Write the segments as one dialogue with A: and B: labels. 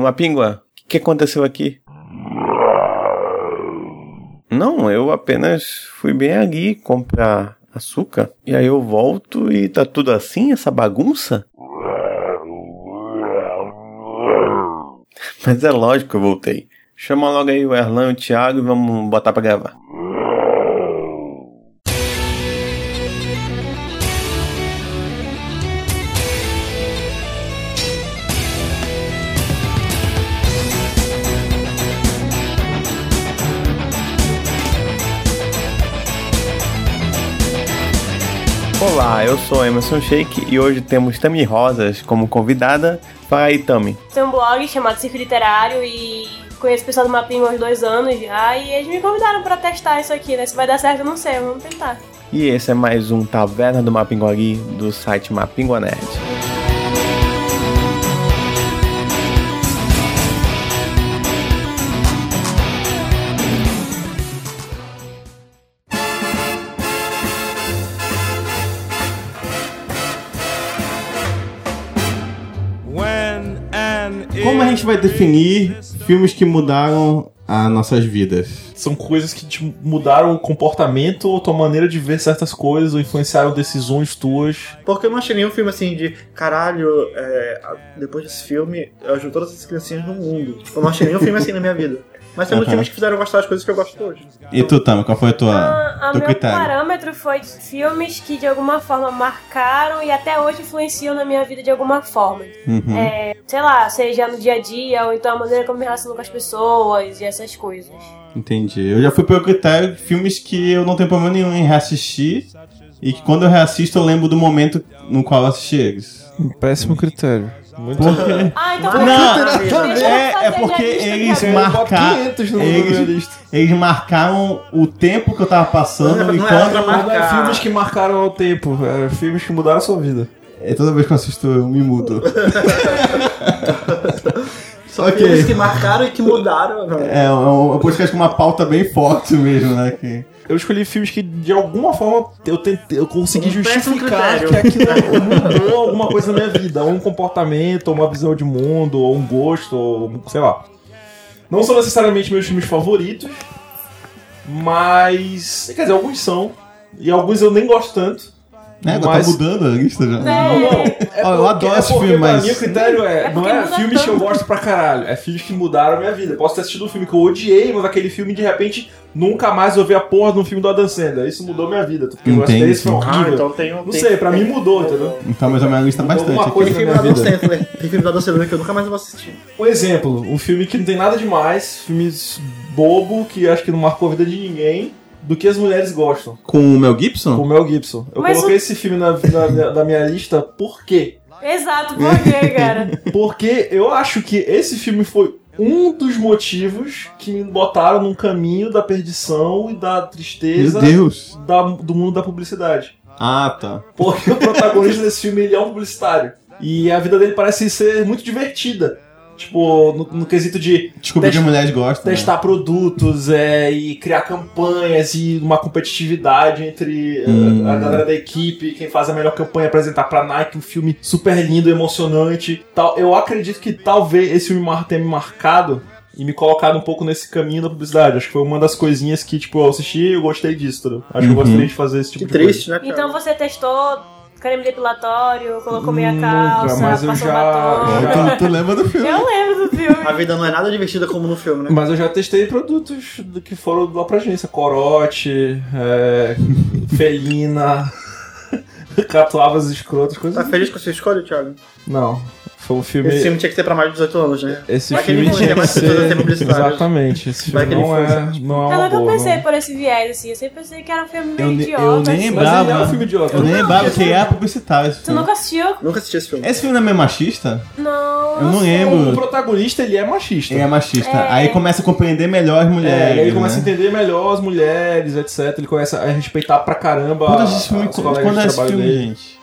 A: Mapingua, o que aconteceu aqui? Não, eu apenas fui bem ali comprar açúcar. E aí eu volto e tá tudo assim, essa bagunça? Mas é lógico que eu voltei. Chama logo aí o Erlan e o Thiago e vamos botar pra gravar. Olá, eu sou Emerson Shake e hoje temos Tami Rosas como convidada. Fala aí, Tami.
B: Tem um blog chamado Circo Literário e conheço o pessoal do Mapinho há uns dois anos já e eles me convidaram pra testar isso aqui, né? Se vai dar certo, eu não sei, vamos tentar.
A: E esse é mais um Taverna do Mapinguari do site Mapingua Nerd.
C: When and
D: Como a gente vai definir filmes que mudaram as nossas vidas?
E: São coisas que te mudaram o comportamento ou tua maneira de ver certas coisas ou influenciaram decisões tuas.
F: Porque eu não achei nenhum filme assim de caralho, é, a- depois desse filme eu ajudo todas as criancinhas no mundo. Eu não achei nenhum filme assim na minha vida. Mas tem muitos
D: Aham.
F: filmes que fizeram eu gostar das coisas que eu gosto hoje.
D: E tu, Tami, qual foi a tua,
B: Ah, ah,
D: teu
B: meu
D: critério?
B: parâmetro foi filmes que de alguma forma marcaram e até hoje influenciam na minha vida de alguma forma. É,
D: Uhum.
B: Sei lá, seja no dia a dia ou então a maneira como eu me relaciono com as pessoas e essas coisas.
D: Entendi. Eu já fui pelo critério de filmes que eu não tenho problema nenhum em reassistir e que quando eu reassisto eu lembro do momento no qual eu assisti eles.
C: Péssimo critério.
E: Muito
D: Por quê?
B: Ah, então
F: Não,
B: peraí,
F: nada a
B: deixa eu fazer
D: É, é
B: já
D: porque
B: a lista que
D: eles
B: eu-
E: marcam-
D: marcaram.
E: 500 no
D: Eles, eles marcaram o tempo que eu tava passando
F: Não é-
D: e
F: não é
D: quando.
F: dramático.
E: Não é
F: Marcar.
E: filmes que marcaram o tempo, é filmes que mudaram a sua vida.
D: É, toda vez que eu assisto eu me mudo.
F: São
D: Ok.
F: filmes que marcaram e que mudaram. né?
D: É, é um, é um podcast com uma pauta bem forte mesmo, né? que-
E: Eu escolhi filmes que de alguma forma eu tentei, eu consegui
F: Um péssimo
E: justificar que
F: critério.
E: aquilo mudou alguma coisa na minha vida, ou um comportamento, ou uma visão de mundo, ou um gosto, ou sei lá. Não são necessariamente meus filmes favoritos, mas quer dizer, alguns são e alguns eu nem gosto tanto.
D: Né? agora
E: Mas-
D: Tá mudando a lista já.
B: Né?
E: Não, não.
D: Ó, eu adoro
E: é
D: esse
E: porque
D: filme,
E: pra
D: mas-
E: mim o critério é,
B: É
E: não
B: porque
E: é
B: muda
E: filmes que eu
B: tanto.
E: gosto pra caralho, é filmes que mudaram a minha vida. Posso ter assistido um filme que eu odiei, mas aquele filme de repente nunca mais eu vi a porra de um filme do Adam Sandler. Isso mudou minha vida. Porque eu
D: Entendi.
E: gostei desse foi
F: Ah,
E: horrível.
F: então tem um.
E: Não
F: tem-
E: sei, pra mim mudou, entendeu?
D: Então, mas a minha lista é bastante.
E: Alguma
D: aqui.
E: coisa
F: Tem filme da
E: na minha
F: Adam
E: vida.
F: Sandler. Tem filme da Adam Sandler que eu nunca mais vou assistir.
E: Um exemplo, um filme que não tem nada demais, filme bobo que acho que não marcou a vida de ninguém, do que as mulheres gostam.
D: Com o Mel Gibson?
E: Com o Mel Gibson. Eu
B: Mas
E: coloquei esse filme na, na- na- na minha lista por quê?
B: É, Exato, por quê, cara?
E: Porque eu acho que esse filme foi um dos motivos que me botaram num caminho da perdição e da tristeza
D: Meu Deus.
E: da- do mundo da publicidade.
D: Ah, tá.
E: Porque o protagonista desse filme ele é um publicitário. E a vida dele parece ser muito divertida. Tipo, no, no quesito de
D: Descobri que
E: Test-
D: mulheres gostam. né?
E: testar produtos é, e criar campanhas e uma competitividade entre eh,
D: Hum.
E: a galera da equipe, quem faz a melhor campanha, apresentar pra Nike um filme super lindo, emocionante tal. Eu acredito que talvez esse filme mar- tenha me marcado e me colocado um pouco nesse caminho da publicidade. Acho que foi uma das coisinhas que, tipo, eu assisti e eu gostei disso, entendeu? Acho que eu
D: Uhum.
E: gostaria de fazer esse tipo de
F: Que
E: coisa.
F: triste, né, cara?
B: Então você testou creme depilatório, colocou meia
E: Nunca,
B: calça,
E: mas eu
B: passou
E: já-
B: batom.
E: já-
D: É, Tu, tu lembra do filme?
B: Eu lembro do filme.
F: A vida não é nada divertida como no filme, né?
E: Mas eu já testei produtos do- que foram lá pra agência. Corote, é, felina, catuavas escrotas, coisas
F: Tá feliz com a sua escolha, Thiago?
E: Não. Foi um filme.
F: Esse
E: Esse,
F: filme tinha que ser pra mais de 18 anos, né? vai que ele
E: filme
F: não
E: tinha
F: é
E: que
F: mais precisa ser
E: ser.
F: publicitário.
E: Exatamente. Esse
F: Vai
E: filme
F: que ele
E: não
F: foi,
E: é, não é
B: Eu
E: uma
B: nunca
E: boa.
B: pensei
E: não.
B: por esse viés, assim. Eu sempre pensei que era um filme meio
D: Eu ne-
B: idiota.
D: eu nem
B: assim.
D: lembro.
E: Mas ele é
D: Brava.
E: um filme idiota.
D: Eu nem lembrava é
F: eu
D: que era publicitário esse
B: Tu
D: filme.
B: nunca assistiu?
F: Nunca assisti esse filme.
D: Esse filme não é meio machista?
B: Não.
D: Eu não
B: sei.
D: lembro.
E: O protagonista, ele é machista.
D: Ele é machista.
B: um É.
D: Aí começa a compreender melhor as
E: É,
D: mulheres.
E: e aí ele começa a
D: né?
E: entender melhor as mulheres, etc. Ele começa a respeitar pra caramba
D: Quando é
E: as
D: esse filme,
E: colegas
D: quando é
E: de
D: esse
E: trabalho
D: filme
E: dele.
D: gente?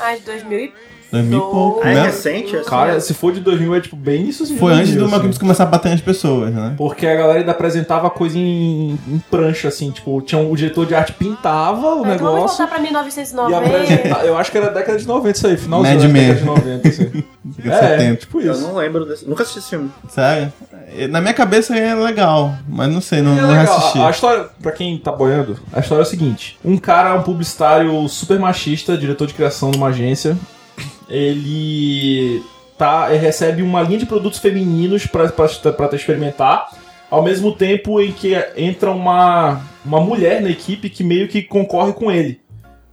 B: Ah, de 2000 e
D: 2000 e pouco,
F: Ah, é
D: né?
F: recente? assim?
E: Cara, se for de 2000, é tipo bem isso assim.
D: Foi
E: de
D: antes
E: 2000,
D: do
E: assim.
D: Malcolm começar a bater nas pessoas, né?
E: Porque a galera ainda apresentava a coisa em, em prancha, assim, tipo, tinha um, o diretor de arte pintava o
B: Ah, Então vamos
E: negócio
B: voltar pra
E: e
B: 1990.
E: apresentava. Eu acho que era década de 90 isso aí, finalzinho
D: Mad
E: da
D: Men.
E: década de 90, assim.
D: Fica
E: é,
D: esse
E: é,
D: tempo,
E: tipo
F: Eu
E: isso.
F: não lembro desse. Nunca assisti esse filme.
D: sabe? Na minha cabeça é legal, mas não sei, não,
E: É
D: não
E: legal.
D: assisti.
E: A, a história, pra quem tá boiando, a história é o seguinte: um cara, um publicitário super machista, diretor de criação de uma agência, ele tá, ele recebe uma linha de produtos femininos pra, pra, pra experimentar, ao mesmo tempo em que entra uma, uma mulher na equipe que meio que concorre com ele.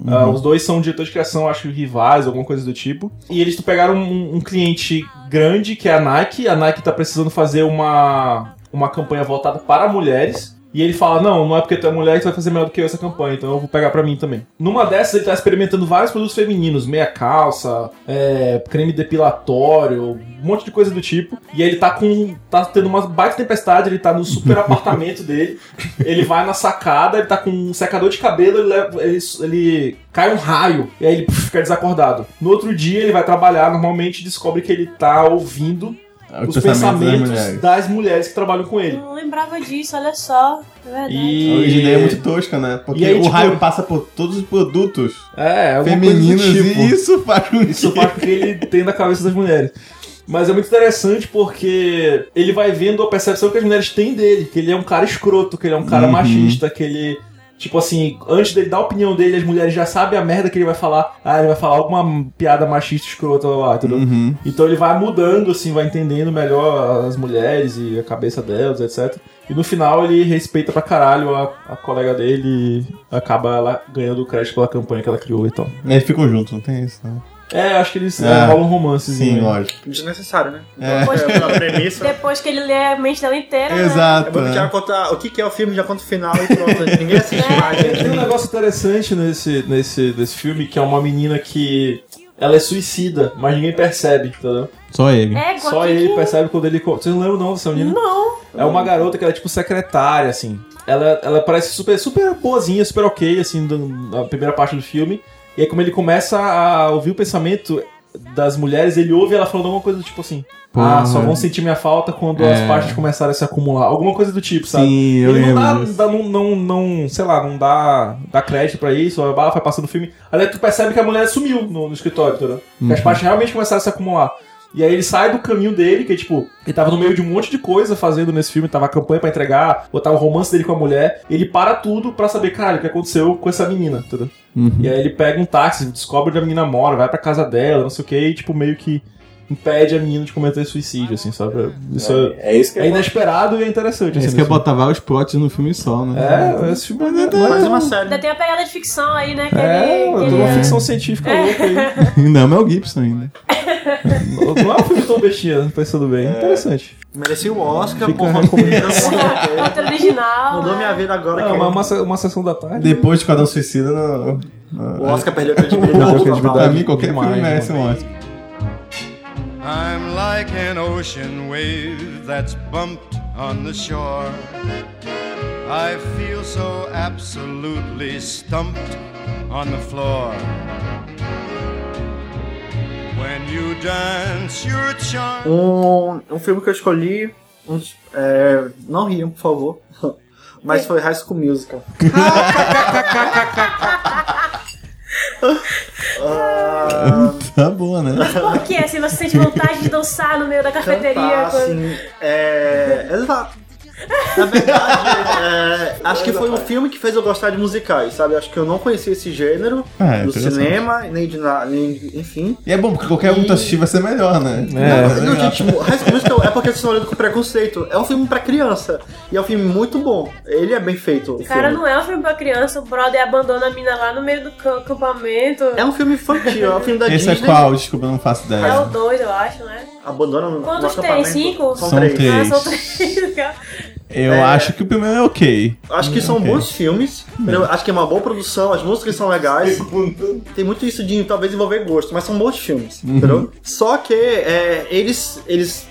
E: Ah,
D: Uhum.
E: os dois são diretores de criação, acho que rivais, alguma coisa do tipo. E eles pegaram um, um cliente grande, que é a Nike. A Nike tá precisando fazer uma, uma campanha voltada para mulheres. E ele fala: Não, não é porque tu é mulher que tu vai fazer melhor do que eu essa campanha, então eu vou pegar pra mim também. Numa dessas, ele tá experimentando vários produtos femininos: meia calça, é, creme depilatório, um monte de coisa do tipo. E aí ele tá com. tá tendo uma baita tempestade, ele tá no super apartamento dele. Ele vai na sacada, ele tá com um secador de cabelo, ele, leva- ele, ele cai um raio, e aí ele puf, fica desacordado. No outro dia ele vai trabalhar normalmente e descobre que ele tá ouvindo os, pensamentos, das mulheres que trabalham com
B: Eu
E: ele.
B: não lembrava disso, olha só. É verdade.
E: E...
D: A ideia é muito tosca, né? Porque
E: E aí,
D: o
E: tipo-
D: raio passa por todos os produtos
E: É, alguma coisa do
D: femininos
E: tipo.
D: e isso faz com que...
E: Isso faz com que ele tem na cabeça das mulheres. Mas é muito interessante porque ele vai vendo a percepção que as mulheres têm dele, que ele é um cara escroto, que ele é um cara
D: Uhum.
E: machista, que ele. Tipo assim, antes dele dar a opinião dele, as mulheres já sabem a merda que ele vai falar. Ah, ele vai falar alguma piada machista escrota lá, entendeu?
D: Uhum.
E: Então ele vai mudando, assim, vai entendendo melhor as mulheres e a cabeça delas, etc. E no final ele respeita pra caralho a, a colega dele e acaba ela ganhando o crédito pela campanha que ela criou e tal.
D: Eles ficam juntos, não tem isso, né?
E: É, acho que eles
D: É.
E: é, rolam um romancezinho.
D: Sim,
E: aí.
D: lógico.
F: Desnecessário, né?
D: É.
F: Então, é, pela premissa.
B: Depois que ele lê a mente dela inteira, né?
F: É
D: Exato.
F: bom que já conta o que, que é o filme, já conta o final e pronto. Ninguém assiste mais.
E: Tem um negócio interessante nesse, nesse, nesse filme, que é uma menina que ela é suicida, mas ninguém percebe, entendeu?
D: Só ele.
B: É,
E: Só
B: que-
E: ele percebe quando ele... co- Vocês não lembram não dessa menina?
B: Não,
E: É uma garota que ela é tipo secretária, assim. Ela, ela parece super, super boazinha, super ok, assim, do- na primeira parte do filme. E aí como ele começa a ouvir o pensamento das mulheres, ele ouve ela falando alguma coisa do tipo assim... Ah,
D: Porra.
E: só vão sentir minha falta quando as
D: É.
E: partes começarem a se acumular. Alguma coisa do tipo, sabe?
D: Sim, eu
E: ele não
D: lembro.
E: dá,
D: disso.
E: dá- não, não, não- sei lá, não dá, dá crédito pra isso, ela vai passando o filme. Aí tu percebe que a mulher sumiu no, no escritório, entendeu? Que as
D: Uhum.
E: partes realmente começaram a se acumular. E aí ele sai do caminho dele, que tipo, ele tava no meio de um monte de coisa fazendo nesse filme, tava a campanha pra entregar, ou tava o romance dele com a mulher, ele para tudo pra saber, caralho, o que aconteceu com essa menina, entendeu?
D: Uhum. É
E: E aí ele pega um táxi, descobre onde a menina mora, vai pra casa dela, não sei o que, e tipo, meio que impede a menina de cometer suicídio, assim, sabe? Isso é,
G: É isso que
E: é inesperado e é interessante, assim.
D: Esse
E: nesse
D: quer
E: filme.
D: botar vários plots no filme só, né?
E: É, esse filme é,
F: Mas é uma
B: ainda
F: série.
B: tem a pegada de ficção aí, né? Que
E: é,
B: ele,
E: mano,
B: que
E: uma
B: ele-
E: ficção científica louca aí.
D: Não, Mel Gibson ainda.
E: Não- Não é um filme tão bestinha, pensando bem. Interessante.
F: Merecia o Oscar,
E: Fica
F: porra.
E: recomendado.
F: não sei o quê.
B: Roteiro original.
F: Mudou
B: né?
F: minha vida agora.
E: É
F: que
E: uma, uma, se- uma sessão da tarde.
D: Depois de Esquadrão Suicida, não... não-
F: O Oscar perdeu a
E: Perdeu a
F: credibilidade.
E: credibilidade.
D: Pra mim, qualquer
E: é Demais,
D: filme merece um
E: mano.
D: Oscar.
H: I'm like an ocean wave that's bumped on the shore. I feel so absolutely stumped on the floor. When you dance, you're charmed.
F: Um, um filme que eu escolhi. um dos- é, não riam, por favor. Mas foi High School Musical. Ah,
D: Tá boa, né?
B: Por que assim você sente vontade de dançar no meio da cafeteria? Quando...
F: cantar, Então tá, assim, é, exato. Na verdade, é, acho que foi um filme que fez eu gostar de musicais, sabe? Acho que eu não conhecia esse gênero
D: Ah, é
F: do
D: interessante.
F: cinema, nem de nada, nem de- enfim.
D: E é bom, porque qualquer um que tu assistir vai ser melhor, né?
F: Não, não, gente, tipo, High School Musical é porque vocês estão olhando com preconceito. É um filme pra criança. E é um filme muito bom. Ele é bem feito. o
B: Cara,
F: filme.
B: não é um filme pra criança, o brother abandona a mina lá no meio do cam- acampamento.
F: É um filme infantil, é um filme da
D: Esse
F: Disney.
D: é qual? Desculpa, eu não faço
B: É, o
F: um
D: ideia.
B: 2, eu acho, né?
F: Abandona no
B: Quantos
F: no
B: tem?
F: acampamento.
B: Cinco?
F: São,
D: São
F: três.
D: três.
B: Ah, são três, cara.
D: Eu
F: É.
D: acho que o primeiro é ok.
F: Acho que são
D: Ok.
F: bons filmes. entendeu? Acho que é uma boa produção, as músicas são legais. Tem muito isso de talvez envolver gosto, mas são bons filmes, entendeu? Só que é, eles, eles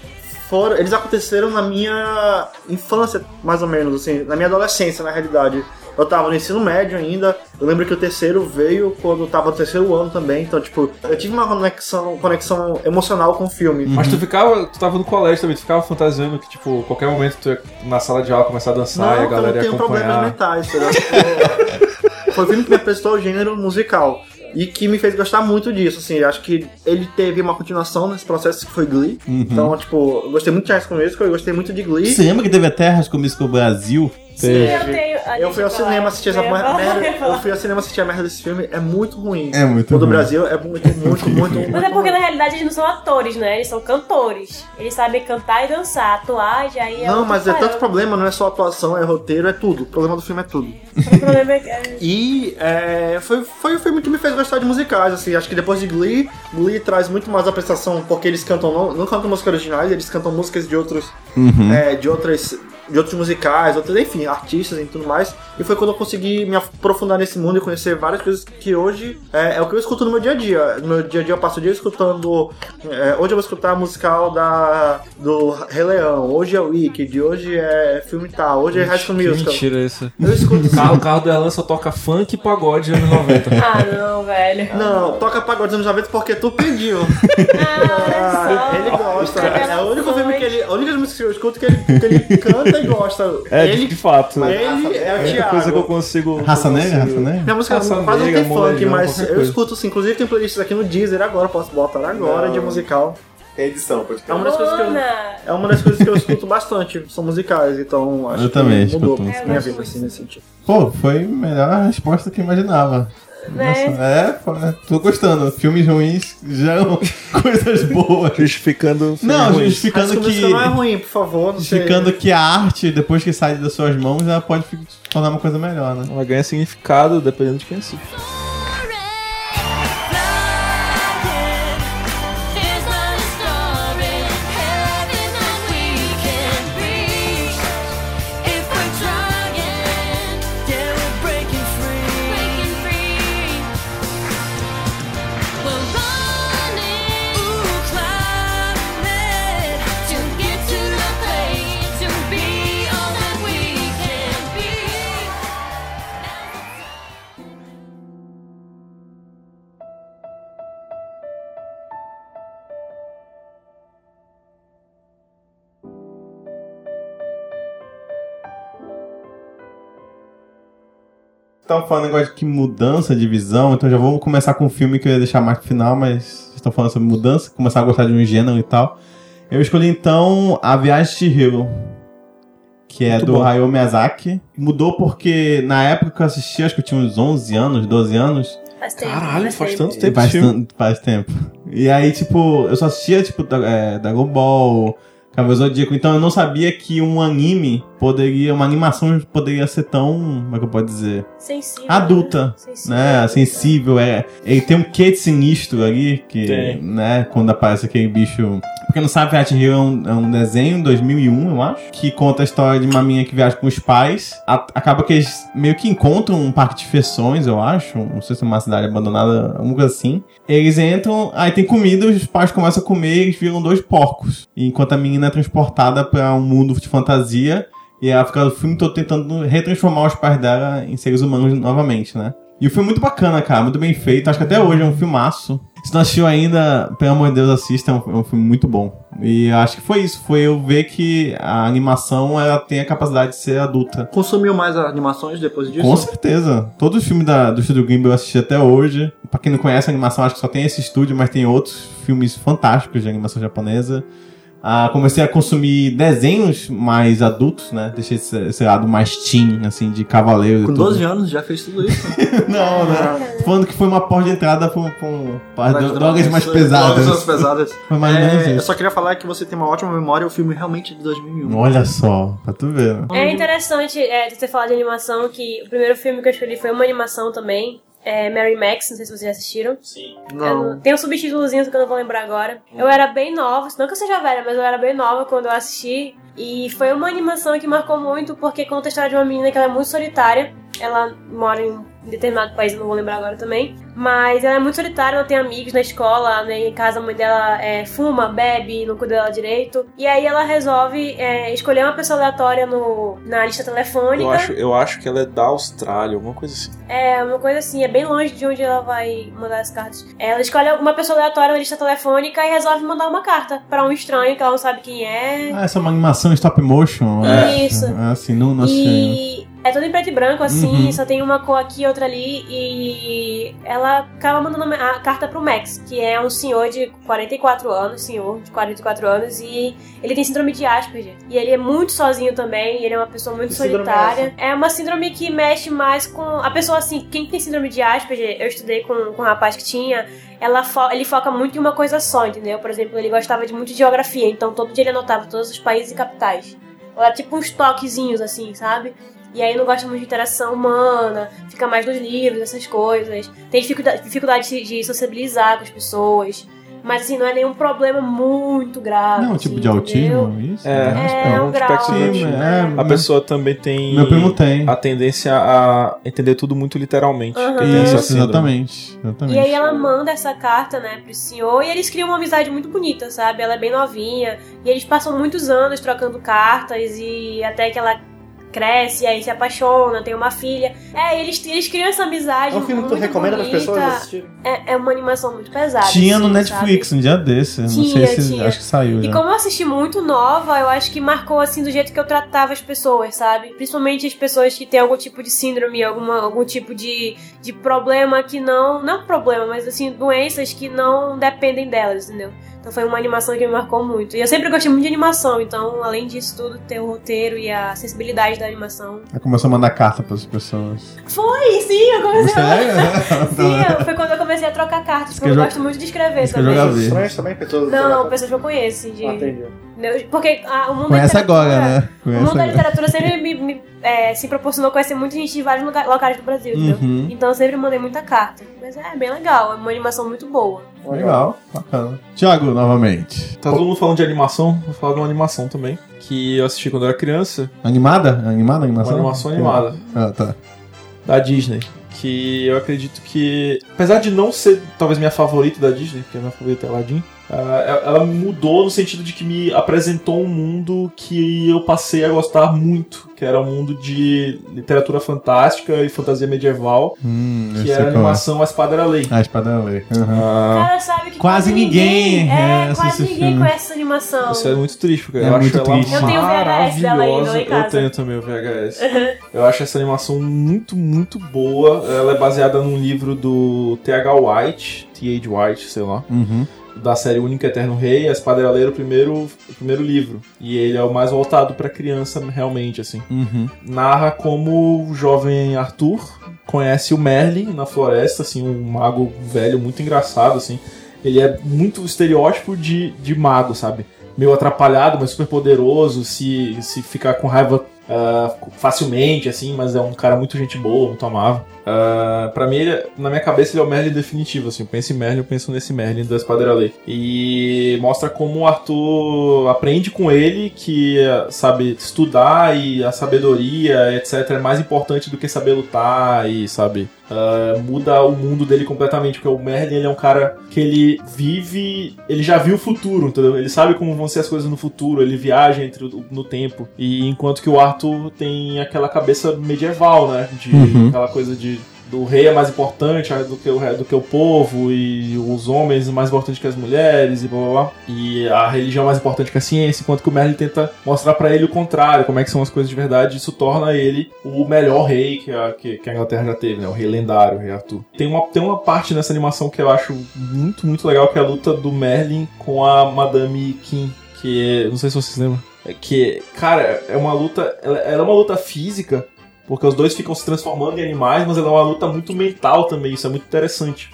F: foram. Eles aconteceram na minha infância, mais ou menos, assim, na minha adolescência, na realidade. eu tava no ensino médio ainda. Eu lembro que o terceiro veio quando eu tava no terceiro ano também. Então, tipo, eu tive uma conexão, conexão emocional com o filme.
E: Mas tu ficava, tu tava no colégio também, tu ficava fantasiando que, tipo, qualquer momento tu ia na sala de aula começar a dançar e a
F: Não, um eu não
E: galera ia
F: tenho problemas
E: acompanhar.
F: mentais, entendeu? Tipo, Foi o filme que me apresentou o gênero musical. E que me fez gostar muito disso, assim. eu Acho que ele teve uma continuação nesse processo que foi Glee.
E: Uhum.
F: Então, tipo, eu gostei muito de High School Musical, eu gostei muito de Glee.
D: Você lembra que teve até High School Musical Brasil?
B: Sim, eu tenho. a
F: Eu
B: gente
F: fui ao
B: vai
F: cinema
B: lá.
F: assistir essa
B: Eu ia
F: merda.
B: falar, eu ia falar.
F: Eu fui ao cinema assistir a merda desse filme. É muito ruim.
D: É muito
F: O do
D: ruim.
F: Brasil é muito, muito, muito, muito.
B: Mas é porque
F: ruim.
B: na realidade eles não são atores, né? Eles são cantores. Eles sabem cantar e dançar, atuar, já aí é
F: Não,
B: outro
F: mas é
B: parâmetro.
F: tanto problema, não é só atuação, é roteiro, é tudo. O problema do filme é tudo.
B: O problema é que- é-
F: E é, foi, foi o filme que me fez gostar de musicais, assim. Acho que depois de Glee, Glee traz muito mais apreciação, porque eles cantam, não, não cantam músicas originais, eles cantam músicas de outros. é, de outras. De outros musicais, outros, enfim, artistas e tudo mais. E foi quando eu consegui me aprofundar nesse mundo e conhecer várias coisas que hoje é, é o que eu escuto no meu dia a dia. No meu dia a dia eu passo o dia escutando. é, hoje eu vou escutar a musical da, do Rei Leão, hoje é Wicked, hoje é filme tal, hoje é High School
E: Que
F: Musical.
E: mentira isso.
F: Eu escuto
E: O carro, o carro do Elan só toca funk e pagode anos 90.
B: Ah, não, velho.
F: Não, toca pagode dos anos 90 porque é tu pediu.
B: Ah, olha só.
F: ele gosta.
B: Cara,
F: É o único
B: foi.
F: filme que ele. A única música que eu escuto que ele, que ele canta e gosta.
E: É, de-
F: ele,
E: de fato. É
F: ele é o
E: a única coisa que eu
F: Thiago.
E: consigo.
D: Raça
E: que eu
D: Negra?
E: consigo-
D: Raça Negra?
F: Minha música
E: Raça
F: quase não
E: Negra,
F: tem funk,
E: Molejão,
F: mas
E: qualquer
F: eu
E: coisa.
F: escuto sim. Inclusive tem playlist aqui no Deezer agora, posso botar agora
G: Não.
F: de musical.
G: É edição, pode
F: É
G: crer.
F: uma das coisas que eu.
B: Luana.
F: É uma das coisas que eu escuto bastante, são musicais, então acho
D: Eu também
F: que mudou
D: escuto
F: minha
D: musicais.
F: vida assim nesse sentido.
D: Pô, foi a melhor resposta que eu imaginava.
B: Né?
D: Nossa, é, pô, é, tô gostando. Filmes ruins geram coisas boas.
E: Justificando.
D: Não,
E: ruim.
F: Mas
D: justificando
F: que...
D: que.
F: não é ruim, por favor, não sei.
D: Justificando que a arte, depois que sai das suas mãos, ela pode fi- se tornar uma coisa melhor, né?
E: Ela ganha significado dependendo de quem assiste.
D: Estão falando negócio de mudança de visão, então já vou começar com um filme que eu ia deixar mais pro final, mas vocês estão falando sobre mudança, começar a gostar de um gênero e tal. Eu escolhi então A Viagem de Chihiro, que é
E: Muito
D: do
E: bom.
D: Hayao Miyazaki. Mudou porque na época que eu assisti, acho que eu tinha uns 11 anos, 12 anos,
B: Faz tempo,
E: Caralho, faz
B: tempo.
E: tanto tempo
D: faz,
E: esse filme.
D: tan- faz tempo. E aí, tipo, eu só assistia, tipo, da- é, Dragon Ball, Cavaleiro Zodíaco. Então eu não sabia que um anime poderia, uma animação poderia ser tão, como é que eu posso dizer?
B: Sensível.
D: Adulta,
B: Sensível.
D: Né?
E: Assim,
D: Sensível, é. Ele tem um quê de sinistro ali, que,
E: Tem.
D: né, quando aparece aquele bicho... Pra quem não sabe, Viagem Hero é um, é um desenho, 2001, eu acho, que conta a história de uma menina que viaja com os pais. A- acaba que eles meio que encontram um parque de feições, eu acho. Não sei se é uma cidade abandonada, alguma coisa assim. Eles entram, aí tem comida, os pais começam a comer e eles viram dois porcos. Enquanto a menina é transportada pra um mundo de fantasia e ela fica o filme todo tentando retransformar os pais dela em seres humanos novamente, né? E o filme é muito bacana, cara, muito bem feito. Acho que até hoje é um filmaço. Se não assistiu ainda, pelo amor de Deus, assista, é um, é um filme muito bom. E eu acho que foi isso, foi eu ver que a animação ela tem a capacidade de ser adulta.
F: Consumiu mais animações depois disso?
D: Com certeza. Todo o filme da, do Estúdio Gimble eu assisti até hoje. Pra quem não conhece a animação, acho que só tem esse estúdio, mas tem outros filmes fantásticos de animação japonesa. Ah, comecei a consumir desenhos mais adultos, né? Deixei esse, esse lado mais teen, assim, de
F: Com
D: cavaleiro e tudo.
F: 12 anos já fez tudo isso.
D: Não, né? Tô falando que foi uma porta de entrada pra, um- pra, um- pra
F: Mas
D: drogas mais pesadas.
F: Drogas mais pesadas.
D: Foi mais ou
F: É,
D: menos
F: eu
D: isso.
F: só queria falar que você tem uma ótima memória, o filme realmente é de 2001.
D: Olha só, pra tu ver. né?
B: É interessante é, você falar de animação, que o primeiro filme que eu escolhi foi uma animação também. É Mary Max, não sei se vocês já assistiram. Eu
F: Não.
B: Tem um subtítulozinho que eu não vou lembrar agora. Eu
E: Hum.
B: era bem nova, não que eu seja velha, mas eu era bem nova quando eu assisti. E foi uma animação que marcou muito porque conta a história de uma menina que ela é muito solitária. Ela mora em um determinado país, eu não vou lembrar agora também. Mas ela é muito solitária, não tem amigos na escola, nem em casa a mãe dela é, fuma, bebe, não cuida dela direito. E aí ela resolve é, escolher uma pessoa aleatória no, na lista telefônica.
E: Eu acho, eu acho que ela é da Austrália, alguma coisa assim.
B: É uma coisa assim, é bem longe de onde ela vai mandar as cartas. Ela escolhe uma pessoa aleatória na lista telefônica e resolve mandar uma carta pra um estranho que ela não sabe quem é.
D: Ah, essa é uma animação stop motion.
B: É.
D: né?
B: Isso.
D: Ah, assim, não, não sei.
B: E é tudo em preto e branco, assim,
D: Uhum.
B: só tem uma cor aqui, outra ali, e ela acaba mandando a carta pro Max, que é um senhor de 44 anos, senhor de 44 anos, e ele tem síndrome de Asperger. E ele é muito sozinho também, e ele é uma pessoa muito
F: Que síndrome é
B: solitária. É uma síndrome que mexe mais com. A pessoa, assim, quem tem síndrome de Asperger, eu estudei com, com um rapaz que tinha, ela fo- ele foca muito em uma coisa só, entendeu? Por exemplo, ele gostava de muito de geografia, então todo dia ele anotava todos os países e capitais. Era tipo uns toquezinhos, assim, sabe? E aí não gosta muito de interação humana, fica mais nos livros, essas coisas. Tem dificuldade, dificuldade de, de sociabilizar com as pessoas. Mas assim, não é nenhum problema muito grave.
D: Não, tipo de
B: assim, entendeu?
D: autismo, isso?
E: É,
D: né?
B: É,
E: É
B: um
E: um
B: grau.
E: espectro
B: né?
E: autista.
D: É,
E: A
D: Meu-
E: pessoa também tem
D: Meu primo tem.
E: a tendência a entender tudo muito literalmente.
B: Aham.
E: Quem tem essa
D: Isso,
E: síndrome.
D: exatamente. exatamente.
B: E aí ela manda essa carta, né, pro senhor, e eles criam uma amizade muito bonita, sabe? Ela é bem novinha, e eles passam muitos anos trocando cartas, e até que ela cresce, e aí se apaixona, tem uma filha. É, eles, eles criam essa amizade
F: É um filme que tu
B: muito
F: recomenda pras
B: bonita.
F: pessoas assistirem?
B: É, é uma animação muito pesada.
D: Tinha no
B: assim,
D: Netflix né?
B: sabe?
D: um dia desse. não
B: Tinha,
D: sei se.
B: tinha.
D: Acho que saiu
B: E
D: já.
B: como eu assisti muito nova, eu acho que marcou assim do jeito que eu tratava as pessoas, sabe? Principalmente as pessoas que têm algum tipo de síndrome, alguma, algum tipo de, de problema que não. Não problema, mas assim, doenças que não dependem delas, entendeu? Então foi uma animação que me marcou muito. E eu sempre gostei muito de animação, então, além disso tudo, ter o roteiro e a sensibilidade da animação.
D: Ela começou a mandar carta pras pessoas.
B: Foi, sim, eu comecei
D: Você
B: a.
D: é?
B: Sim, eu- foi quando eu comecei a trocar cartas,
D: que
B: porque eu
D: eu jo-
B: gosto muito de escrever
D: isso que eu
B: também.
D: jogava.
F: Pessoas estranhas também? Pessoas...
B: Não, pessoas que eu conheço, assim, de,
F: Ah, entendi.
B: Entendeu? Porque ah, o mundo
D: Conhece
B: da literatura-
D: agora, né?
B: O
D: Conhece
B: mundo da
D: agora.
B: literatura sempre me, me, é, se proporcionou conhecer muita gente de vários lugar- locais do Brasil, entendeu?
D: Uhum.
B: Então eu sempre mandei muita carta. Mas é bem legal, é uma animação muito boa.
D: Legal, bacana. Tiago, novamente.
E: Tá todo mundo falando de animação, vou falar de uma animação também. Que eu assisti quando eu era criança,
D: Animada? Animada a animação?
E: Uma animação animada.
D: Ah, tá.
E: da Disney. Que eu acredito que, apesar de não ser talvez minha favorita da Disney, porque a minha favorita é Aladdin, ah, ela- ela mudou no sentido de que me apresentou um mundo que eu passei a gostar muito, que era um mundo de literatura fantástica e fantasia medieval,
D: Hum, eu
E: que
D: sei
E: era a
D: qual é.
E: animação A Espada era a Lei.
D: Ah, espada da lei. Aham.
E: Ah,
B: Cara, sabe que
D: Quase ninguém, é,
B: É,
D: assiste
B: quase
D: esse
B: ninguém
D: filme.
B: conhece essa animação.
E: Isso é muito triste, porque
D: É
E: eu acho
D: muito
E: ela
D: triste. Eu
B: tenho o VHS dela ainda lá em
E: maravilhosa.
B: casa.
E: Eu tenho também o VHS. eu acho essa animação muito, muito boa. Ela é baseada num livro do T.H. White, T.H. White, sei lá,
D: Uhum.
E: da série Único Eterno Rei. A Espada era Lei era o primeiro, o primeiro livro. E ele é o mais voltado pra criança, realmente, assim
D: Uhum.
E: narra como o jovem Arthur conhece o Merlin na floresta, assim, um mago velho muito engraçado, assim. Ele é muito estereótipo de, de mago, sabe? Meio atrapalhado, mas super poderoso, se, se ficar com raiva ah, facilmente, assim, mas é um cara muito gente boa, muito amável. Ah, pra mim, ele- na minha cabeça, ele é o Merlin definitivo, assim. Eu penso em Merlin, eu penso nesse Merlin da Espadera Lei. E mostra como o Arthur aprende com ele que, eh, sabe, estudar e a sabedoria, etc., é mais importante do que saber lutar e, sabe, ah, muda o mundo dele completamente. Porque o Merlin, ele é um cara que ele vive, ele já viu o futuro, entendeu? Ele sabe como vão ser as coisas no futuro, ele viaja entre o- no tempo. E enquanto que o Arthur tem aquela cabeça medieval, né? De
D: Uhum.
E: aquela coisa de do rei é mais importante ah, do que o, re- do que o povo, e os homens é mais importante que as mulheres, e blá blá blá. E a religião é mais importante que a ciência, enquanto que o Merlin tenta mostrar pra ele o contrário, como é que são as coisas de verdade, e isso torna ele o melhor rei que a, que, que a Inglaterra já teve, né? O rei lendário, o rei Arthur. Tem uma, tem uma parte nessa animação que eu acho muito, muito legal, que é a luta do Merlin com a Madame Kim, que é- não sei se vocês lembram. É que, cara, é uma luta. Ela, ela é uma luta física, porque os dois ficam se transformando em animais, mas ela é uma luta muito mental também, isso é muito interessante.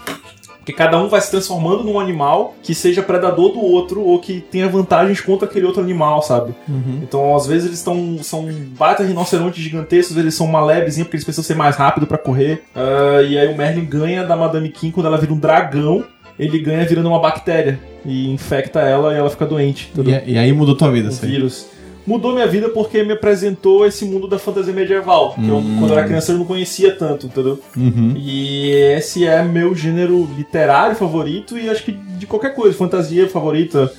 E: Porque cada um vai se transformando num animal que seja predador do outro ou que tenha vantagens contra aquele outro animal, sabe?
D: Uhum.
E: Então, às vezes, eles estão. São baita rinocerontes gigantescos, eles são uma lebezinha, porque eles precisam ser mais rápido pra correr. Ah, e aí o Merlin ganha da Madame Kim quando ela vira um dragão, ele ganha
D: é
E: virando uma bactéria. E infecta ela e ela fica doente. entendeu?
D: E, e aí mudou tua vida,
E: um
D: assim.
E: vírus. mudou minha vida porque me apresentou esse mundo da fantasia medieval. Que eu, quando
G: Hum.
E: eu era criança, eu não conhecia tanto, entendeu?
D: Uhum.
E: E esse é meu gênero literário favorito e acho que de qualquer coisa, fantasia favorita.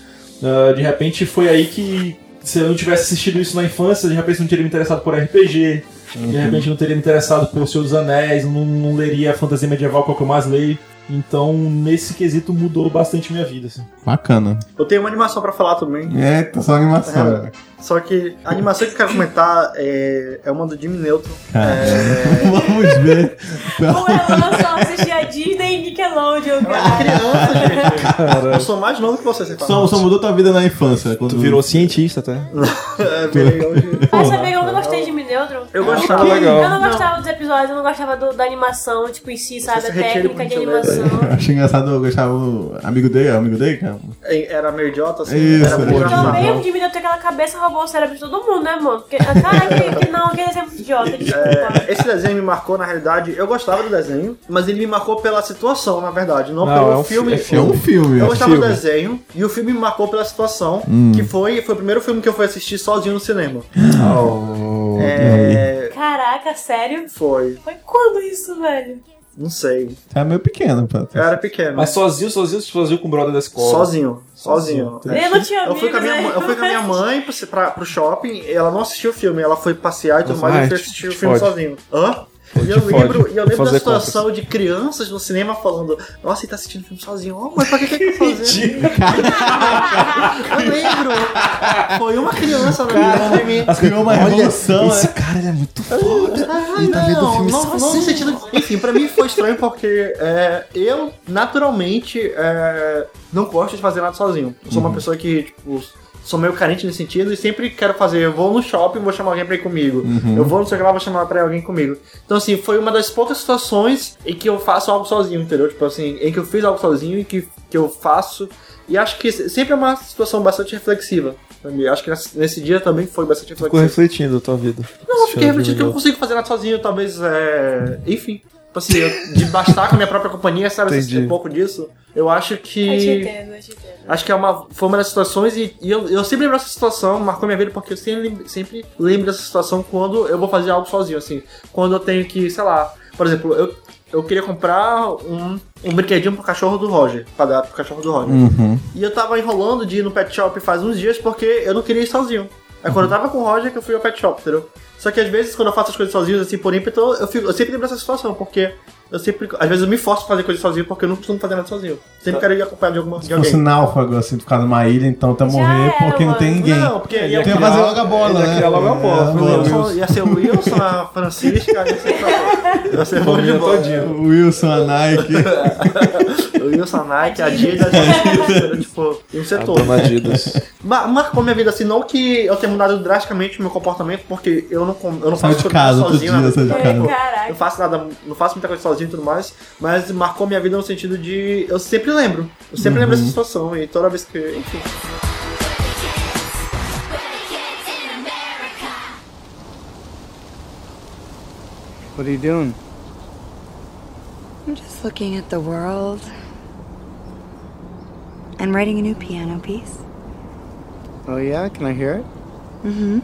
E: Ah, de repente foi aí que, se eu não tivesse assistido isso na infância, de repente eu não teria me interessado por RPG,
G: Uhum.
E: de repente eu não teria me interessado por Senhor dos Anéis, não, não leria a fantasia medieval que é o que eu mais leio. Então, nesse quesito, mudou bastante minha vida. Assim.
D: Bacana.
F: Eu tenho uma animação pra falar também.
D: Eita, só animação.
F: É. Só que a animação que eu quero comentar é, é uma do Jimmy Neutron.
D: Cara.
F: É...
D: Vamos ver.
B: Ou ela só assistia um Disney e Nickelodeon,
F: Eu era
B: cara.
F: criança, gente. É, Eu sou mais novo que você, você
D: Só, só mudou tua vida na infância. Quando
G: Tu virou cientista até.
F: É, virei hoje.
B: Mas sabia que eu não
D: é
B: gostei de Mineutron.
F: Eu
G: Ah,
F: gostava.
G: legal.
B: Eu não gostava dos episódios, eu não gostava do- da animação, tipo, em si, sabe?
F: Você
B: A
F: se retira
B: técnica
F: muito,
B: de
F: né?
D: Eu
B: animação.
D: achei engraçado, eu gostava o amigo dele, é o amigo dele, cara.
F: Era meio idiota, assim.
D: Isso,
F: era
D: era
F: muito engraçado.
B: Também o Jimmy deu aquela cabeça roubou o cérebro de todo mundo, né, mano? Porque, cara, que, que não, que ele é sempre idiota, desculpa.
F: É, esse desenho me marcou, na realidade, eu gostava do desenho, mas ele me marcou pela situação, na verdade, não,
E: Não,
F: pelo
E: é um fi-
F: filme.
E: é
D: É um filme.
F: Eu gostava do
G: filme.
F: desenho e o filme me marcou pela situação, que foi, foi o primeiro filme que eu fui assistir sozinho no cinema.
D: Oh,
F: É,
B: Caraca, sério?
F: foi,
B: Foi quando isso, velho?
F: não sei.
D: Tá meio pequeno, Pato.
F: Eu era pequeno.
E: Mas sozinho, sozinho, sozinho com o brother da escola.
F: Sozinho, sozinho.
B: Eu não tinha
F: Tá Eu fui, com a
B: amigos,
F: minha,
B: né?
F: mãe- eu fui com a minha mãe pro, pra, pro shopping, ela não assistiu o filme, ela foi passear e tudo mais, eu fui
G: ai,
F: assistir o
G: te
F: filme
G: fode.
F: sozinho. Hã? E
G: te
F: eu lembro,
G: fode.
F: e eu lembro da
G: Fazer
F: situação de crianças no cinema falando: Nossa, ele tá assistindo filme sozinho, oh, mas pra que que ele tá fazendo? eu lembro! Foi uma criança na minha mim.
D: Criou uma revolução,
G: esse
D: né?
G: cara ele é muito foda.
F: Ah,
G: Ele tá vendo
F: não,
G: filme
F: não, não no
G: sozinho.
F: sentido. Enfim, pra mim foi estranho porque é, eu, naturalmente, é, não gosto de fazer nada sozinho. Eu
G: Uhum.
F: sou uma pessoa que, tipo, sou meio carente nesse sentido e sempre quero fazer. Eu vou no shopping, vou chamar alguém pra ir comigo.
G: Uhum.
F: Eu vou no sei o que lá, vou chamar pra ir alguém comigo. Então, assim, foi uma das poucas situações em que eu faço algo sozinho, entendeu? Tipo assim, em que eu fiz algo sozinho e que, que eu faço. E acho que sempre é uma situação bastante reflexiva. pra mim. Acho que nesse, nesse dia também foi bastante
G: Ficou
F: reflexiva.
G: refletindo a tua vida.
F: Não, eu fiquei
G: Assistindo
F: refletindo que eu não
G: Jimmy
F: consigo fazer nada sozinho, talvez, é... enfim. Tipo assim, eu- de bastar com a minha própria companhia, sabe?
G: Entendi.
F: Assistir um pouco disso. Eu acho
B: Eu te
F: que.
B: entendo, eu te entendo.
F: Acho que é uma, foi uma das situações e, e eu, eu sempre lembro dessa situação, marcou minha vida, porque eu sempre, lem- sempre lembro dessa situação quando eu vou fazer algo sozinho, assim. Quando eu tenho que, sei lá, por exemplo, eu, eu queria comprar um, um brinquedinho pro cachorro do Roger, pra dar pro cachorro do Roger.
D: Uhum.
F: E eu tava enrolando de ir no pet shop faz uns dias porque eu não queria ir sozinho. Aí
D: Uhum.
F: quando eu tava com o Roger que eu fui ao pet shop, entendeu? Só que às vezes quando eu faço as coisas sozinho, assim, por ímpeto, eu, fico- eu sempre lembro dessa situação, porque eu sempre. Às vezes eu me forço a fazer coisa sozinho porque eu não costumo fazer nada sozinho. Sempre quero ir acompanhado de, alguma, de
D: Tá. Se fosse
F: alguém.
D: náufrago, assim, ficar numa ilha, então até morrer,
B: era,
D: porque não tem
B: mano.
D: ninguém.
F: Não, porque ia,
D: ia
F: criar-
D: fazer logo a bola,
E: ele ia
D: né?
E: criar logo a bola.
D: É,
F: o
E: Meu Deus.
F: Wilson- ia ser o Wilson, a Francisca, ia ser, ia ser bom de
E: Família
F: bola.
E: todinha.
D: O Wilson, a Nike.
F: O Wilson, a Nike, a Adidas, a tipo, um
G: A
F: setor.
G: dona Adidas.
F: Ma- Marcou minha vida assim, não que eu tenha mudado drasticamente o meu comportamento, porque eu não, com- eu não faço
D: Saiu Tá de
F: coisa
D: casa, outro
F: sozinho,
D: dia
F: nada.
D: saiu de casa.
F: Tipo,
B: Caraca.
F: Eu faço nada, não faço muita coisa sozinho e tudo mais, mas marcou minha vida no sentido de eu sempre lembro. Eu sempre lembro
D: Uhum.
F: dessa situação e toda vez que, enfim.
I: What are you doing?
J: I'm just looking at the world. I'm writing a new piano piece.
I: Oh yeah, can I hear it?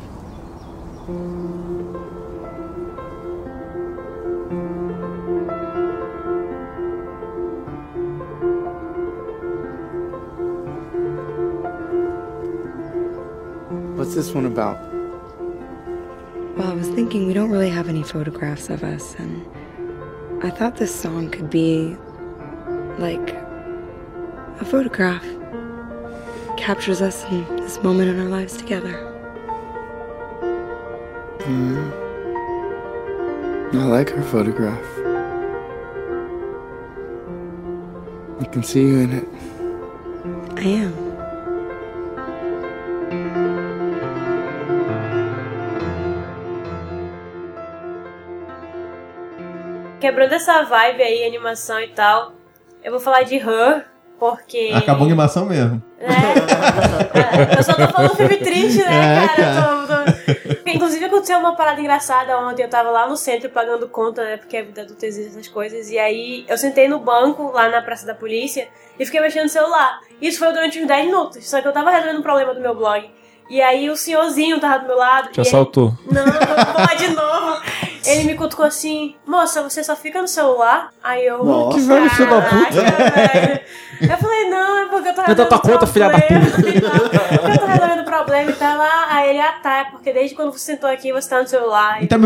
I: Mm-hmm. What's this one about?
J: Well, I was thinking we don't really have any photographs of us, and I thought this song could be like a photograph. Captures us in this moment in our lives together.
I: I like her photograph. I can see you in it.
J: I am.
B: Quebrando essa vibe aí, animação e tal, eu vou falar de Her, porque. né,
D: Acabou a animação mesmo.
B: É. Eu só tô falando filme triste, né,
D: É,
B: cara? Eu tô- tô- Inclusive aconteceu uma parada engraçada ontem. Eu tava lá no centro pagando conta, né? Porque a vida adulta exige essas coisas. E aí eu sentei no banco, lá na Praça da Polícia, e fiquei mexendo no celular. Isso foi durante uns 10 minutos. Só que eu tava resolvendo um problema do meu blog. E aí o senhorzinho tava do meu lado.
K: Te
B: e ele-
K: assaltou.
B: Não, vou lá de novo. Ele me cutucou assim, moça, você só fica no celular? Aí eu.
K: Que velho filho da
B: puta. Eu falei, não, é porque eu tô
K: Vai dar
B: resolvendo
K: tua conta, filha da puta.
B: eu tô resolvendo o problema e tá lá. Aí ele, ah tá, é porque desde quando você sentou aqui você tá no celular.
D: Ele tá me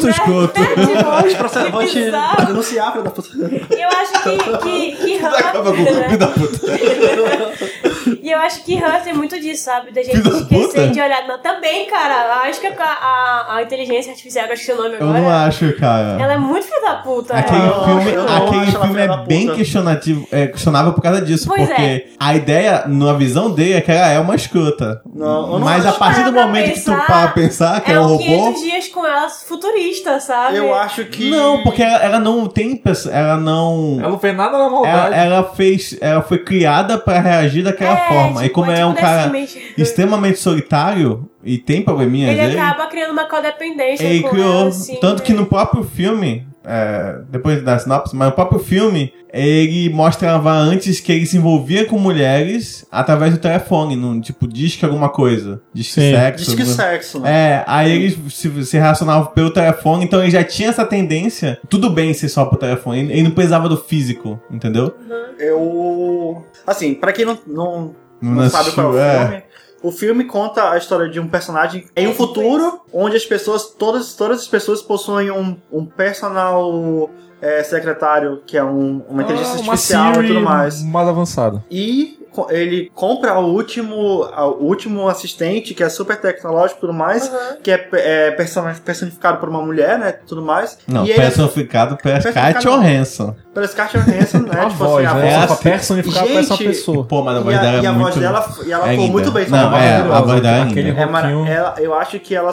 B: Né?
D: seu escroto?
F: Pode, processo,
D: um
F: vou te
B: bizarro.
F: denunciar, filho da puta.
B: E eu acho que, que, que
D: Acaba com
B: Hunter,
D: o
B: né?
D: filho da puta.
B: E eu acho que Hunter tem muito disso, sabe? Da gente esquecer de olhar. Não, também, cara. Acho que a, a, a inteligência artificial, que eu acho que é o nome
D: Eu
B: agora.
D: não acho, cara.
B: Ela é muito filha da puta.
D: Aquele
B: ela.
D: filme,
F: eu não
D: aquele
F: acho ela
D: filme
F: filha da
D: é
F: puta.
D: bem questionativo, é, questionável por causa disso.
B: Pois
D: porque
B: é.
D: a ideia, na visão dele, é que ela é uma escrota.
F: Não, eu não
D: Mas a
F: acho.
D: partir do
B: Para pra
D: momento que tu
B: pensar,
D: para pensar que é um
B: o
D: robô.
B: 500 dias com ela futurista, sabe?
F: Eu acho que.
D: Não, porque ela, ela não tem. perso- Ela não.
E: Ela não fez nada na
D: Ela,
E: maldade.
D: ela fez, ela foi criada pra reagir daquela
B: É,
D: forma. e
B: tipo,
D: como
B: é
D: é
B: tipo
D: um cara
B: desse mesmo.
D: extremamente solitário e tem probleminhas
B: Ele
D: dele,
B: acaba criando uma codependência
D: ele
B: com
D: criou
B: ela, assim,
D: tanto que
B: né?
D: no próprio filme, é, depois da sinopse, mas no próprio filme ele mostrava antes que ele se envolvia com mulheres através do telefone, num tipo diz que alguma coisa, diz que
K: Sim.
D: sexo.
F: Diz que é sexo, né?
D: É, aí eles se, se relacionavam pelo telefone, então ele já tinha essa tendência. Tudo bem ser só pro telefone, ele ele não precisava do físico, entendeu?
B: né?
F: Eu. Assim, pra quem não, não, não sabe qual
D: assistiu,
F: é o filme. O filme conta a história de um personagem em um futuro onde as pessoas, todas, todas as pessoas possuem um, um personal é, secretário, que é um- uma
D: Ah,
E: Ah,
F: inteligência
K: uma
F: artificial e
K: Siri
F: tudo mais.
K: mais avançada.
F: E co- ele compra o último, a- o último assistente, que é super tecnológico e tudo mais,
B: Aham.
F: que é, pe- é persona- personificado por uma mulher, né? Tudo mais.
D: Não,
F: e ele é
D: personificado pela
F: Personificado
D: Scarlett Johansson.
F: parece Carter Hansen, né?
K: a
F: tipo
K: voz,
F: assim, a
K: né?
F: voz.
K: Ela
D: voz-
K: pra personificar
F: Gente,
K: parece uma pessoa.
D: Pô, mas a
F: E
D: voz dela
F: a,
D: é
F: e a
D: muito...
F: voz dela, e ela
D: é
F: ficou
D: linda.
F: muito bem,
D: Não, é, a
F: maravilhosa.
D: voz dela é
K: Aquele
D: linda.
F: É, mara-
K: roquinho.
F: ela, eu acho que ela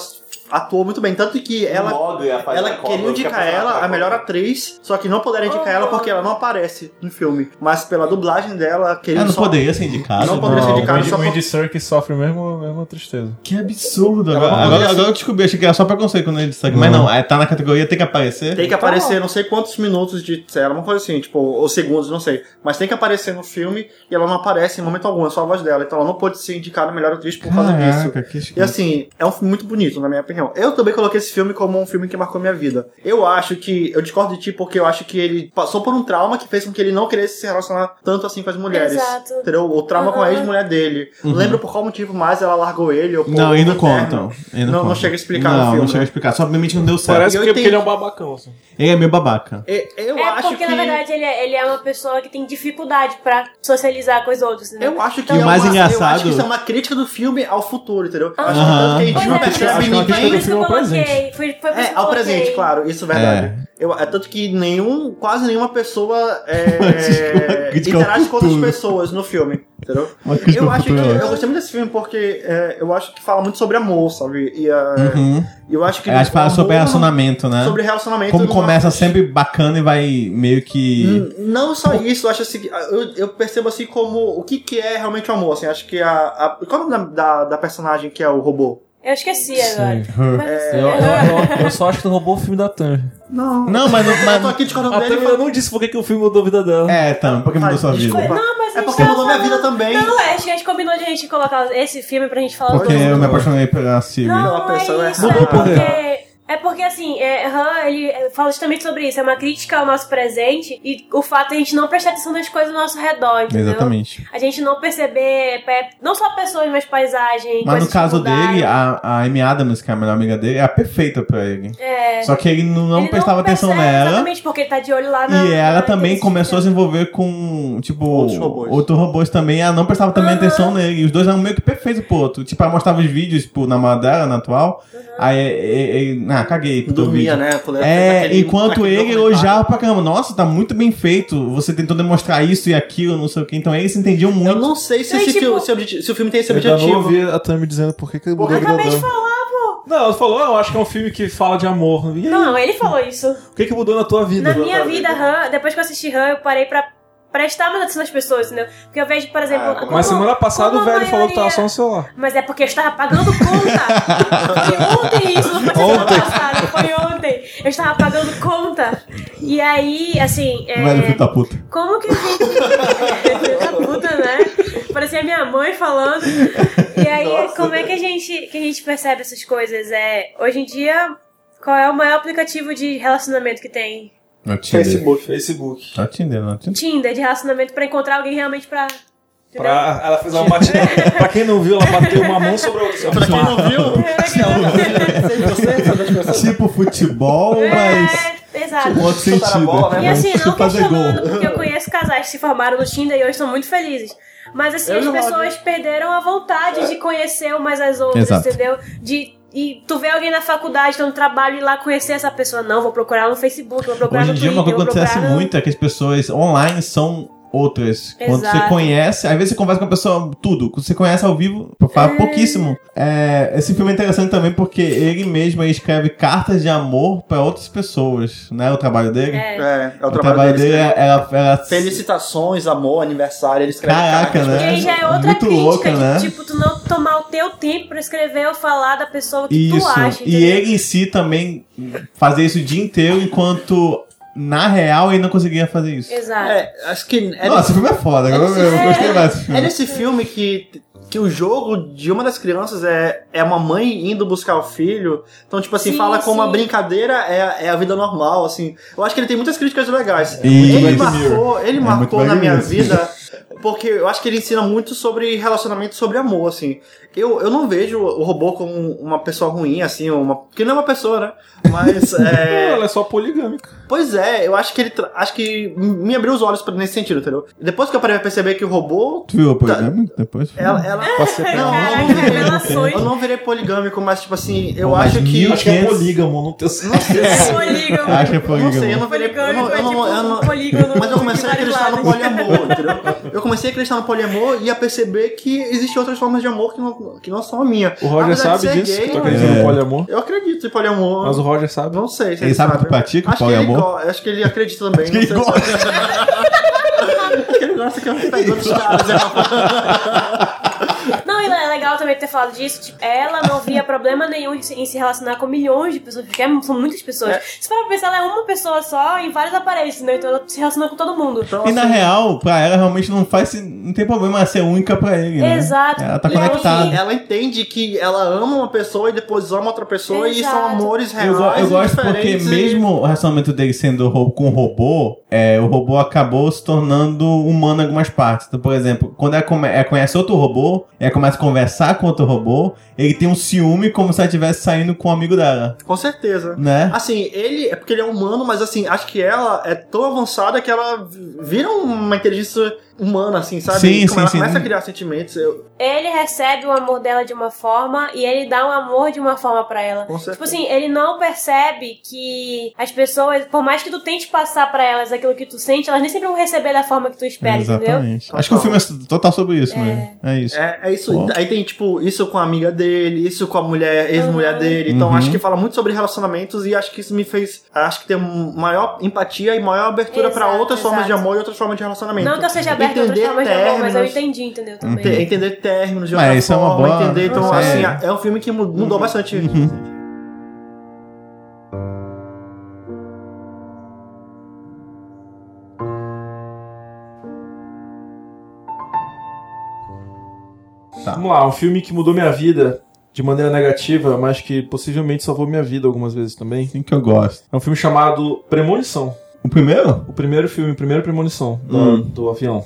F: atuou muito bem. Tanto que ela, ela queria indicar ela é a melhor atriz, só que não puderam indicar ela porque ela não aparece no filme. Mas pela dublagem dela, queria
D: Ela É, Ah, não
F: só...
D: poderia ser indicada.
F: Não
D: né?
F: poderia ser
K: Não,
F: indicado
K: o Andy-
F: só
K: o
F: por-
K: Andy Serkis sofre a mesma, a mesma tristeza.
D: Que absurdo.
F: Ela
D: Agora,
F: não
D: agora,
F: poderia
D: agora eu descobri, achei que era só preconceito quando ele disse aqui. Mas
K: Não.
D: não, é, tá na categoria, tem que aparecer.
F: Tem que aparecer não sei quantos minutos de tela, uma coisa assim, tipo, ou segundos, não sei. Mas tem que aparecer no filme e ela não aparece em momento algum, é só a voz dela. Então ela não pôde ser indicada a melhor atriz por causa disso.
D: Caraca, que
F: E
D: escroto.
F: assim, é um filme muito bonito, na minha opinião. Eu também coloquei esse filme como um filme que marcou minha vida. Eu acho que. Eu discordo de ti porque eu acho que ele passou por um trauma que fez com que ele não queresse se relacionar tanto assim com as mulheres.
B: Exato.
F: Entendeu? O trauma com a
B: Aham.
F: ex-mulher dele.
D: Uhum.
F: Lembra por qual motivo mais ela largou ele? Ou por
D: Não, e não
F: outro término.
D: contam. e
F: Não- não
D: contam.
F: chega a explicar no
D: Não, não
F: filme,
D: chega a
F: né?
D: explicar. Só obviamente não deu certo.
E: Parece
F: eu
E: que é porque ele
F: entendi.
E: é um babacão, assim.
D: Ele é meio babaca.
F: E- Eu
B: É
F: acho
B: porque,
F: que.
B: na verdade, ele é, ele é uma pessoa que tem dificuldade pra socializar com os outros, né? entendeu?
F: Eu acho que
D: E o
F: é
D: mais
F: uma, Eu acho
D: engraçado-
F: que isso é uma crítica do filme ao futuro, entendeu? Eu acho que
D: Aham.
F: tanto que a gente
B: Pois
F: não
B: é,
F: percebe
B: acho que é uma
K: crítica
F: ninguém-
K: do
B: Por isso que eu
K: filme ao
B: coloquei. Foi, foi por isso
F: É,
B: que eu
F: ao
B: coloquei.
F: presente, claro, isso é verdade. Eu, é tanto que nenhum, quase nenhuma pessoa é,
D: crítica ao
F: interage com outras
D: futuro.
F: pessoas no filme, entendeu?
D: Uma crítica
F: Eu acho que
D: cultural.
F: eu gostei muito desse filme porque é, eu acho que fala muito sobre amor, sabe? E é,
D: Uhum.
F: eu acho que
D: Acho que fala
F: amor-
D: sobre relacionamento, né?
F: sobre relacionamento
D: Como
F: numa-
D: começa sempre bacana e vai meio que.
F: Hum, Não só isso, eu acho assim, que- eu, eu percebo assim como o que, que é realmente o amor, assim, acho que a, a qual é o nome da, da personagem que é o robô?
B: Eu esqueci agora. Mas, é,
K: Eu, eu- eu- eu só acho que tu roubou o filme da Tan.
F: Não,
D: Não, mas.
F: eu tô
D: mas...
F: aqui discordando
K: A Tan
F: dele.
K: ainda
F: mas-
K: não disse por que que o filme mudou a vida dela.
D: É, tá, por que mudou sua vida?
F: Desculpa.
B: Não, mas a
F: É
B: gente
F: porque
B: tava
F: mudou minha
B: falando-
F: vida também.
B: Não, é, acho que a gente combinou de a gente colocar esse filme pra gente falar
D: Porque
B: do-
D: eu me apaixonei pela Siri.
B: Não,
F: Pela
B: não é isso.
F: pessoa
B: É
F: errada.
B: porque... É porque, assim, é, Han, ele é, fala justamente sobre isso. É uma crítica ao nosso presente e o fato é a gente não prestar atenção nas coisas ao nosso redor, entendeu?
D: Exatamente.
B: A gente não perceber, pe- não só pessoas, mas paisagem,
D: Mas
B: coisas
D: no
B: que
D: caso
B: mudaram.
D: dele, a, a Amy Adams, que é a melhor amiga dele, é a perfeita pra ele.
B: É.
D: Só que ele não, não
B: Ele
D: prestava atenção
B: percebe
D: nela.
B: Exatamente, porque ele tá de olho lá na...
D: E ela
B: na
D: também
B: inteligência
D: começou a se envolver com, tipo,
F: Outros robôs.
D: outros robôs também. Ela não prestava também atenção nele. E os dois eram meio que perfeitos pro outro. Tipo, ela mostrava os vídeos, tipo, na madeira, na atual. Aí, é, é, é, ah, caguei pro teu
F: Dormia,
D: vídeo.
F: né? Falei,
D: É,
F: naquele-
D: enquanto
F: naquele
D: ele
F: documentário.
D: elogiava pra caramba. Nossa, tá muito bem feito. Você tentou demonstrar isso e aquilo, não sei o que. Então eles se entendiam
F: Eu
D: muito.
F: não sei se,
B: Não, e
F: esse
B: tipo-
F: filme, se, o obje- se o filme tem esse
K: Eu ainda não
F: objetivo.
K: ouvi a Tan me dizendo por que que mudou
B: Eu
K: a vida
B: acabei de
K: dela.
B: falar, pô.
E: Não, ela falou, eu acho que é um filme que fala de amor. E aí,
B: Não, ele falou isso.
E: o que, que mudou na tua vida?
B: Na minha vida, Han, depois que eu assisti Han, eu parei pra prestar mais atenção nas pessoas, entendeu? Ah, é Porque eu vejo, por exemplo. como-
E: Mas semana passada
B: como
E: o
B: a
E: velho falou que tava
B: maioria-
E: só no celular.
B: Mas é porque eu estava pagando conta. Foi ontem isso, não foi semana passada, foi ontem. Eu estava pagando conta. E aí, assim. é,
D: Velho filho da puta.
B: Como que a gente. Filho da puta, né? Parecia é minha mãe falando. E aí, como é que a, gente, que a gente percebe essas coisas? É, hoje em dia, qual é o maior aplicativo de relacionamento que tem?
D: É o Tinder.
E: Facebook, Facebook.
D: É o Tinder, não é o Tinder.
B: Tinder, de relacionamento, pra encontrar alguém realmente pra...
E: Pra, ela fez uma batida. pra quem não viu, ela bateu uma mão sobre a outra. Pra quem não viu,
D: Tipo futebol, mas.
B: É, exato.
D: Tipo, outro Chutar a sentido. bola, né?
B: E assim, não
D: Fazer
B: questionando,
D: gol.
B: porque eu conheço casais que se formaram no Tinder e hoje são muito felizes. Mas assim,
L: Eu
B: as
L: não
B: pessoas perderam a vontade de conhecer umas às outras,
L: Exato.
B: entendeu? De... E tu vê alguém na faculdade, tá no trabalho, e lá conhecer essa pessoa. Não, vou procurar no Facebook, vou procurar
D: Hoje
B: no
D: em dia, é
B: Twitter,
D: uma coisa que
B: vou procurar
D: acontece
B: no...
D: muito é que as pessoas online são outras. Quando você
B: Exato.
D: conhece, às vezes você conversa com a pessoa tudo. Quando você conhece ao vivo, fala pouquíssimo. É, esse filme é interessante também porque ele mesmo aí escreve cartas de amor pra outras pessoas, né? O trabalho dele.
F: É. É, é o trabalho
D: dele.
F: dele.
D: é- Ela, ela-
F: Felicitações, amor, aniversário, ele escreve
D: Caraca,
F: cartas.
D: né?
B: E aí já é outra
D: Muito
B: crítica
D: louca,
B: de,
D: né?
B: tipo, tu não tomar o teu tempo pra escrever ou falar da pessoa que
D: Isso.
B: tu acha.
D: e ele em si também fazia isso o dia inteiro, enquanto na real ele não conseguia fazer isso.
B: Exato.
F: É, acho que. é
D: Nossa, esse filme é foda. Eu, eu gostei mais desse
F: É
D: filme.
F: nesse filme que, que o jogo de uma das crianças é, é uma mãe indo buscar o filho. Então, tipo assim,
E: Sim,
F: fala como a
E: sim.
F: brincadeira é, é a vida normal, assim. Eu acho que ele tem muitas críticas legais.
D: E-
F: Ele
D: Black
F: marcou,
D: Mirror.
F: ele
D: É muito
F: marcou
D: Black
F: na minha
D: Mirror.
F: vida porque eu acho que ele ensina muito sobre relacionamento, sobre amor, assim. Eu, eu não vejo o robô como uma pessoa ruim, assim, uma, porque ele não é uma pessoa, né? Mas é...
E: Ela é só poligâmica.
F: Pois é, eu acho que ele. tra- Acho que me abriu os olhos pra- nesse sentido, entendeu? Depois que eu parei pra perceber que o robô.
D: Tu viu a
F: Tá.
D: polidâmica depois?
F: Ela, ela... não, eu não virei- eu não virei poligâmico, mas tipo assim, eu
D: Pô, mas
F: acho que.
D: 1500. Acho que é
E: polígamo, não tenho
F: certeza.
E: É
D: polígamo. Acho que é
F: Não sei, eu
D: polígamo.
F: não virei eu não- eu não-
B: Polígamo é
F: eu não-
B: tipo um polígono
F: Mas eu comecei a
B: de vários
F: acreditar no
B: lados.
F: poliamor, entendeu? Eu comecei a acreditar no poliamor e a perceber que existem outras formas de amor que não, que não são a minha.
E: O Roger
F: Apesar de
E: sabe
F: ser
E: disso?
F: gay,
E: Tu acredita no
F: é.
E: poliamor?
F: Eu acredito em poliamor.
E: Mas o Roger sabe.
F: Não sei se
D: Ele sabe que tu pratica
F: acho que ele
D: poliamor?
F: go- Acho que ele acredita também. Acho que ele
D: gosta.
F: acho que ele gosta que eu fique pegando os caras. é uma-
B: Não, e é legal também ter falado disso. Tipo, ela não via problema nenhum em se em se relacionar com milhões de pessoas, porque é- são muitas pessoas. Se for pra pensar, ela é uma pessoa só em vários aparelhos, entendeu? Então ela se relaciona com todo mundo.
D: E na real, pra ela realmente não faz. Não tem problema ser única pra ele. né?
B: Exato.
D: Ela tá
F: E ela-
D: conectada.
F: Ela entende que ela ama uma pessoa e depois ama outra pessoa e
B: Exato.
F: são amores reais.
D: Eu, go- eu
F: e
D: gosto porque
F: diferentes e-
D: mesmo o relacionamento dele sendo ro- com o robô, é, o robô acabou se tornando humano em algumas partes. Então, por exemplo, quando ela, come- ela conhece outro robô, ela começa a conversar com outro robô, ele tem um ciúme como se ela estivesse saindo com um amigo dela.
F: Com certeza.
D: Né?
F: Assim, ele é porque ele é humano, mas assim, acho que ela é tão avançada que ela vi- vira uma inteligência humana, assim, sabe?
D: Sim,
F: E como
D: sim,
F: ela
D: sim.
F: começa a criar sentimentos. Eu...
B: Ele recebe o amor dela de uma forma e ele dá o amor de uma forma pra ela.
F: certeza.
B: Tipo assim, ele não percebe que as pessoas, por mais que tu tente passar pra elas aquilo que tu sente, elas nem sempre vão receber da forma que tu espera, entendeu?
D: Exatamente. Acho que o filme é total sobre isso, né? É isso.
F: É, é isso.
D: Pô.
F: Aí tem, tipo, isso com a amiga dele, isso com a mulher, ex-mulher dele. Então
D: Uhum.
F: acho que fala muito sobre relacionamentos e acho que isso me fez. Acho que ter um- maior empatia e maior abertura pra
B: Exato,
F: outras formas de
B: exato.
F: amor e outras formas de relacionamento.
B: Não que eu seja aberta a outras
F: Entender
B: formas de amor, mas eu
F: términos.
B: entendi, entendeu? Também.
F: Ente- Entender términos de
D: Mas
F: outra
D: isso é uma
F: forma,
D: boa-
F: entender. Então,
B: Uhum.
D: Isso
F: assim,
D: é- Uhum.
F: é... um filme que mu- mudou bastante.
E: Vamos lá, um filme que mudou minha vida de maneira negativa, mas que possivelmente salvou minha vida algumas vezes também.
D: Sim, Assim que eu gosto.
E: É um filme chamado Premonição.
D: O primeiro?
E: O primeiro filme, o primeiro Premonição do,
D: Hum.
E: do avião.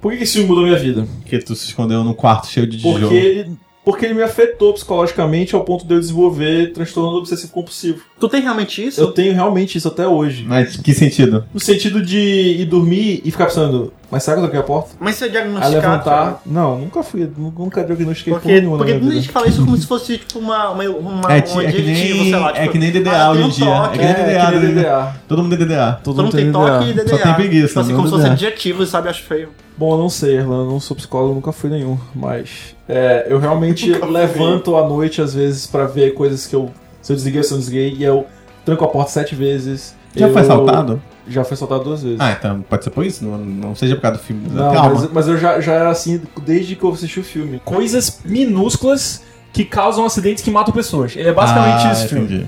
E: Por que que esse filme mudou minha vida?
D: Porque tu se escondeu num quarto cheio de tijolo.
E: Porque ele, porque ele me afetou psicologicamente ao ponto de eu desenvolver transtorno obsessivo compulsivo.
F: Tu tem realmente isso?
E: Eu tenho realmente isso até hoje.
D: Mas que sentido?
E: No sentido de ir dormir e ficar pensando, mas será que eu toquei a porta?
F: Mas você é
E: A
F: diagnosticado.
E: levantar.
F: cara.
E: Não, nunca fui, nunca diagnostiquei porra
D: um,
F: Porque,
E: nenhuma na
F: porque
E: minha
F: muita
E: vida.
F: gente fala isso como se fosse tipo uma, uma, uma-
D: né, É,
F: um
D: ti- é que
F: adjetivo,
D: nem,
F: sei lá.
D: é
F: tipo,
D: que nem
F: ah,
D: DDA hoje
F: tem
D: em
F: um
D: dia.
F: toque,
D: é que nem
F: né?
D: DDA.
E: nem
D: né?
E: DDA.
D: Todo mundo tem DDA.
E: Todo
F: Todo mundo tem toque e DDA.
D: Só tem preguiça. né,
F: Tipo assim,
D: não
F: como se
D: DDA.
F: fosse adjetivo, sabe? Acho feio.
E: Bom, eu não sei, Erlan, eu não sou psicólogo, nunca fui nenhum, mas é, eu realmente levanto à noite às vezes pra ver coisas que eu. Se eu desliguei ou se eu não desliguei, e eu tranco a porta sete vezes.
D: Já foi
E: eu-
D: assaltado?
E: Já foi assaltado duas vezes.
D: Ah, então pode ser por isso? Não, não seja por causa do filme.
E: Não,
D: Calma.
E: mas, mas eu já, já era assim desde que eu assisti o filme. Coisas minúsculas que causam acidentes que matam pessoas. Ele é basicamente
D: Ah,
E: esse filme.
D: entendi.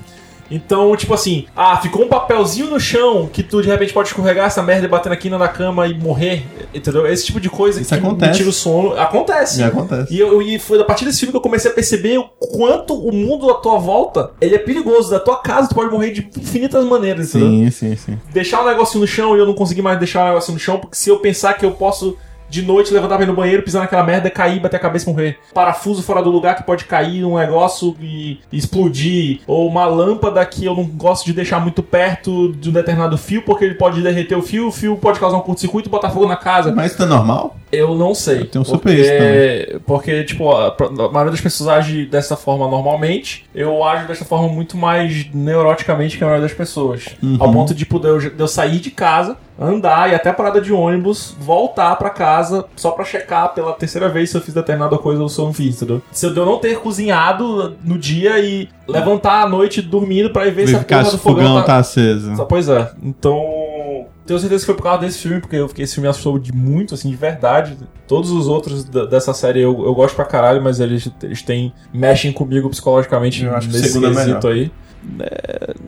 E: Então, tipo assim, ah, ficou um papelzinho no chão que tu de repente pode escorregar essa merda e bater na quina da cama e morrer, entendeu? Esse tipo de coisa
D: Isso
E: que
D: acontece.
E: me tira o sono. Acontece.
D: E acontece.
E: E, eu, e foi a partir desse filme que eu comecei a perceber o quanto o mundo à tua volta ele é perigoso. Da tua casa, tu pode morrer de infinitas maneiras, entendeu?
D: Sim, sim, sim.
E: deixar o negocinho no chão e eu não consegui mais deixar o negocinho no chão, porque se eu pensar que eu posso de noite levantar pra ir no banheiro, pisar naquela merda, cair, bater a cabeça e morrer. Parafuso fora do lugar que pode cair um negócio e explodir. Ou uma lâmpada que eu não gosto de deixar muito perto de um determinado fio, porque ele pode derreter o fio, o fio pode causar um curto-circuito e botar fogo na casa.
D: Mas isso é normal?
E: Eu não sei.
D: Eu tenho super
E: porque,
D: isso também.
E: Porque, tipo, a, a maioria das pessoas age dessa forma normalmente. Eu ajo dessa forma muito mais neuroticamente que a maioria das pessoas.
D: Uhum.
E: Ao ponto de poder eu, de eu sair de casa, andar e até a parada de ônibus, voltar pra casa só pra checar pela terceira vez se eu fiz determinada coisa ou se eu não fiz, entendeu? Se eu de eu não ter cozinhado no dia e levantar à noite dormindo pra ir ver se a
D: Verificar
E: porra
D: se
E: do
D: o fogão
E: fogão
D: tá aceso.
E: só- Pois é. Então, tenho certeza que foi por causa desse filme, porque eu fiquei, esse filme me assustou de muito, assim, de verdade. Todos os outros da- dessa série eu, eu gosto pra caralho, mas eles, eles têm. mexem comigo psicologicamente
D: Eu acho que o
E: nesse
D: segundo é
E: quesito
D: melhor.
E: aí.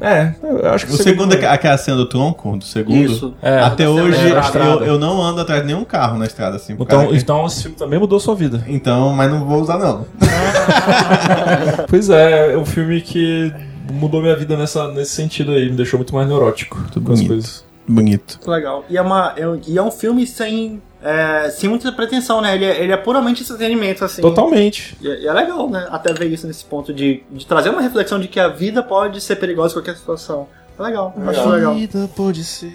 E: É, eu acho que
D: o segundo, é Ah, aquela cena do tronco, do segundo.
E: Isso. É.
D: Até
E: É,
D: hoje
E: na estrada.
D: eu, eu não ando atrás de nenhum carro na estrada assim. por
E: Então,
D: causa que-
E: então esse filme também mudou sua vida.
D: Então, mas não vou usar não.
E: pois é, é um filme que mudou minha vida nessa, nesse sentido aí, me deixou muito mais neurótico. Tudo
D: bonito. Bonito.
F: Legal. E é, uma, é, um- e é um filme sem, é, sem muita pretensão, né? Ele é, ele é puramente entretenimento, assim.
E: Totalmente.
F: E, é- e é legal, né? Até ver isso nesse ponto de, de trazer uma reflexão de que a vida pode ser perigosa em qualquer situação. É legal, acho legal.
G: vida pode ser.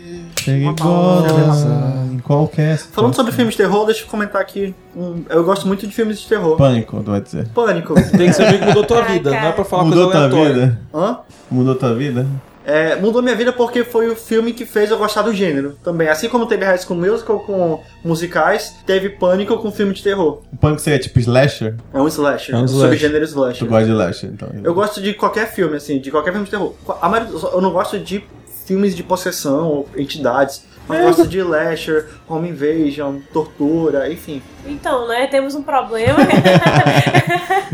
D: Perigosa em qualquer.
F: Falando sobre filmes de terror, deixa eu comentar aqui. um- eu gosto muito de filmes de terror.
D: Pânico, tu vai dizer.
F: Pânico.
E: Tem que saber que mudou tua vida, não é pra falar
D: Mudou
E: coisa
D: tua
E: aleatória.
D: vida?
F: Hã?
D: Mudou tua vida?
F: É, mudou minha vida porque foi o filme que fez eu gostar do gênero também. Assim como teve High School Musical com musicais, teve Pânico com filme de terror.
D: O pânico seria tipo slasher?
F: É um slasher.
D: É um
F: um
D: slasher.
F: subgênero slasher.
D: Tu gosta de slasher, então.
F: Eu gosto de qualquer filme, assim, de qualquer filme de terror. A maioria, dos- eu não gosto de filmes de possessão ou entidades.
D: É.
F: Mas eu gosto de Lasher, Home Invasion, Tortura, enfim.
B: Então, né? Temos um problema.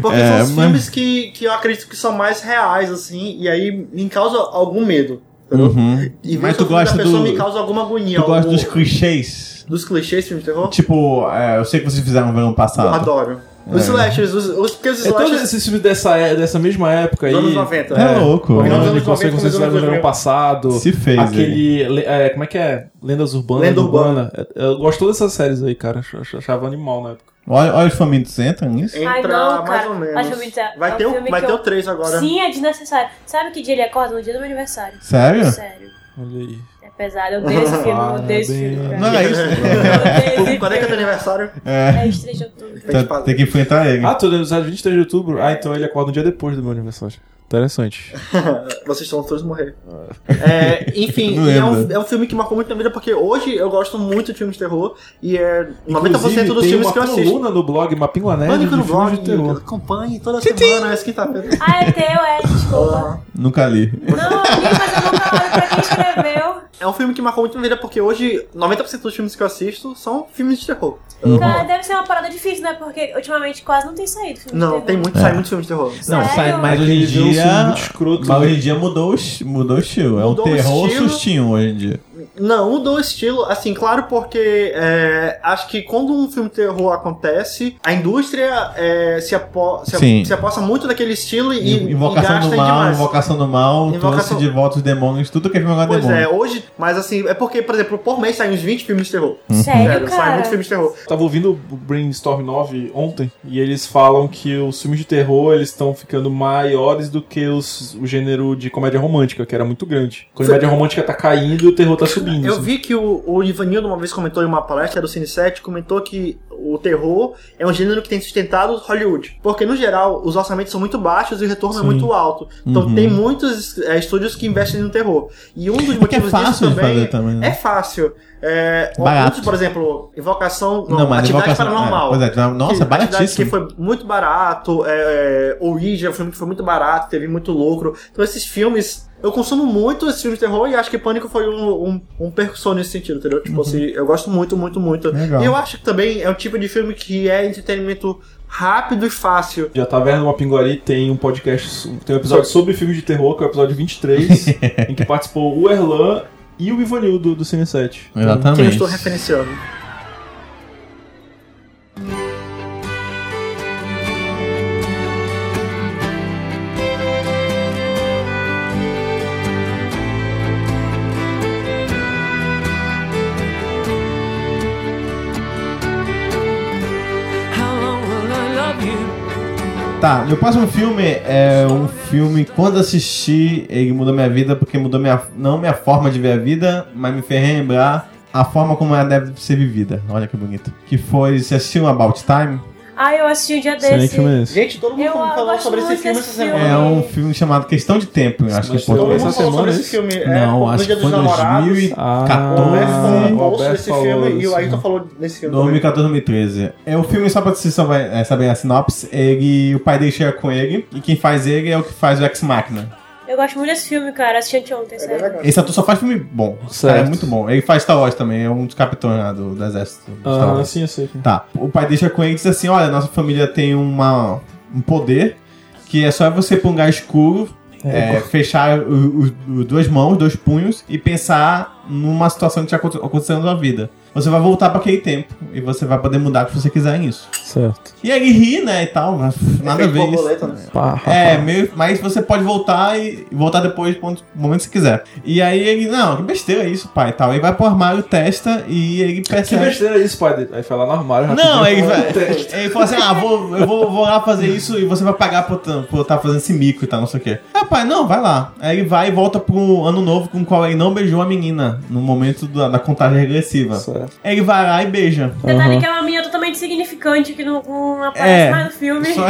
F: Porque
D: É,
F: são os
D: mas-
F: filmes que, que eu acredito que são mais reais, assim, e aí me causa algum medo.
D: Uhum.
F: E ver
D: Mas
F: se
D: tu
F: o filme
D: gosta
F: da pessoa
D: do.
F: me causa alguma agonia.
D: Tu gosta
F: algum-
D: dos clichês?
F: dos clichês de filme de terror?
D: Tipo, é, eu sei que vocês fizeram no verão passado.
F: Eu adoro. Os
D: É.
F: slashers, os, os, porque os
E: É todos
F: slashers
E: esses filmes dessa, é- dessa mesma época aí.
F: Dos anos né? 90,
D: É louco.
E: O
F: Final
E: Grande
F: dos anos
E: Conselho
F: 90,
E: que vocês
F: começo dos
E: fizeram no ano
F: anos
E: passado.
D: Se fez,
E: Aquele. le- é, como é que é? Lendas Urbanas.
F: Lenda
E: Urbana. É, Eu gosto todas essas séries aí, cara. Ach- ach- Achava animal na época.
D: Olha, olha os famintos entram nisso?
F: entra
B: Ai, não,
F: mais
B: cara.
F: ou menos.
B: Acho que eu vou dizer, é
F: vai
B: um
F: ter, o,
B: filme
F: vai
B: que
F: ter
B: eu-
F: o 3 agora.
B: Sim, é desnecessário. Sabe que dia ele acorda? No dia do meu aniversário.
F: É.
D: Sério?
B: Sério.
E: Olha aí.
B: É pesado. Eu odeio esse filme.
D: Ah,
B: Eu odeio esse filme, cara.
D: Não é isso.
B: Eu odeio esse
F: Quando é que é teu
B: filme.
F: aniversário?
D: É.
B: É 23 de outubro.
F: Tem que
D: Tá-
F: fazer.
D: tem que enfrentar ele.
E: Ah, tu deu 23 de outubro? Ah, então ele acorda um dia depois do meu aniversário. Interessante.
F: né? Vocês estão todos morrer. É, enfim,
D: Não
F: e é, um,
D: lembro.
F: é um filme que marcou muito minha vida, porque hoje eu gosto muito de filmes de terror e é 90%
E: Inclusive,
F: dos
E: tem
F: filmes
E: uma
F: que eu assisto.
E: coluna no blog, uma pinguanésia de
F: Pânico no
E: filmes
F: blog,
E: de terror.
F: acompanhe toda semana, às quinta-feira.
B: Ah, é teu, é.
F: Ah.
B: Desculpa.
D: Nunca li.
B: Não, eu li, mas eu não trabalho pra quem escreveu.
F: É um filme que marcou muito minha vida, porque hoje 90% dos filmes que eu assisto são filmes de terror. Eu
D: Uhum.
B: Cara, deve ser uma parada difícil, né? Porque ultimamente quase não tem saído filme de
F: Não,
B: terror.
F: tem muito, sai muito filme de terror.
D: Não,
B: Sério?
D: sai, mas hoje
E: Aquele
D: em
E: dia é um filme
D: dia.
E: muito escroto,
D: mas
E: né?
D: hoje em dia mudou o, esti- mudou o estilo. É um
F: Mudou o
D: terror
F: estilo.
D: sustinho hoje em dia.
F: Não, mudou o estilo, assim, claro, porque é, acho que quando um filme de terror acontece, a indústria é, se, apo se,
D: Sim.
F: a- se aposta muito daquele estilo e, e
D: Invocação
F: gasta
D: do mal,
F: demais.
D: invocação do mal, trouxe
F: Invocação-
D: de volta os demônios, tudo que é filme agora é
F: Pois é,
D: demônio.
F: hoje, mas assim, é porque, por exemplo, por mês saem uns 20 filmes de terror.
B: Sério,
F: sai
B: É, cara?
F: muito filme de terror.
E: Tava ouvindo o Brainstorm 9 ontem e eles falam que os filmes de terror eles estão ficando maiores do que os, o gênero de comédia romântica, que era muito grande. A comédia romântica tá caindo e o terror tá subindo.
F: Eu
D: né?
E: assim.
F: vi que o, o Ivanildo uma vez comentou em uma palestra do Cine 7, comentou que o terror é um gênero que tem sustentado Hollywood. Porque, no geral, os orçamentos são muito baixos e o retorno é muito alto. Então,
D: Uhum.
F: tem muitos é, estúdios que investem no terror. E um dos
D: Porque é
F: motivos
D: fácil
F: disso
D: de
F: também
D: fazer também, né?
F: é fácil. É,
D: Barato.
F: outros, por exemplo, Invocação, não, Atividade
D: invocação- é,
F: Paranormal.
D: pois é, atividade- nossa,
F: que, Que
D: baratíssimo.
F: foi muito barato. É, é, Origem é um filme que foi muito barato, teve muito lucro. Então esses filmes. Eu consumo muito esses filmes de terror e acho que Pânico foi um, um, um percussor nesse sentido, entendeu? Tipo assim, eu gosto muito, muito, muito.
D: Uhum. Legal.
F: E eu acho que também é um tipo tipo de filme que é entretenimento rápido e fácil.
E: Já tá Taverna do Mapinguari tem um podcast, su- tem um episódio sobre filmes de terror, que é o episódio 23, em que participou o Erlan e o Ivanil do, do Cine 7.
F: Que eu estou referenciando.
D: Tá, meu próximo filme é um filme quando assisti, ele mudou minha vida, porque mudou minha. não minha forma de ver a vida, mas me fez lembrar a forma como ela deve ser vivida. Olha que bonito. Que foi. Você assistiu About Time?
B: Ah, eu assisti um dia
D: Excelente
B: desse.
D: filme esse.
F: Gente, todo mundo
B: eu
F: falou
B: gosto
F: sobre esse
B: muito
F: filme
B: desse
F: essa semana.
D: É um filme chamado Questão de Tempo, eu acho que é
F: todo mundo
D: português.
F: falou sobre esse filme. É,
D: Não,
F: no
D: acho
F: Dia
D: que
F: dos
D: foi em
F: Namorados.
E: Ah,
D: 2014.
F: Eu ouço desse filme e o Ayrton falou nesse filme. também.
D: 2014, 2013. É o filme, só pra vocês saber, é, saberem a sinopse, ele, o pai dele chega com ele, e quem faz ele é o que faz o Ex Machina.
B: Eu gosto muito desse filme, cara. Assisti
F: É
B: anteontem, sério.
D: Esse é ator só faz filme bom. Esse Cara, é muito bom. Ele faz Star Wars também, é um dos capitães lá do, do exército. do Star
K: Ah,
D: Wars.
K: sim, eu sei. quem é.
D: Tá. O pai deixa com ele e diz assim: olha, nossa família tem uma, um poder que é só você ir pra um lugar escuro,
K: É.
D: é, fechar o- o- o- duas mãos, dois punhos e pensar numa situação que te aconte- aconteceu na sua vida. Você vai voltar pra aquele tempo e você vai poder mudar o que você quiser nisso.
E: é.
K: Certo.
D: E ele ri, né, e tal, mas nada a
F: Efeito
D: ver isso.
F: borboleta, né?
K: Pá,
D: É, meio, mas você pode voltar e e voltar depois, quando momento que você quiser. E aí ele, não, que besteira isso, pai, e tal. Ele vai pro armário, testa e ele
E: Que
D: percebe.
E: besteira é isso, pai dele? Aí foi lá no armário.
D: Não,
E: rapidinho,
D: ele,
E: tomou
D: vai,
E: um teste.
D: ele falou assim: ah, vou, eu vou, vou lá fazer isso e você vai pagar por estar fazendo esse mico e tal, não sei o quê. Ah, pai, não, vai lá. Aí ele vai e volta pro ano novo com o qual ele não beijou a menina no momento da, da contagem regressiva.
E: É.
K: Certo.
D: Ele vai lá e beija.
B: Detalhe que é uma menina totalmente insignificante que não, não aparece
D: É.
B: mais no filme.
D: Só,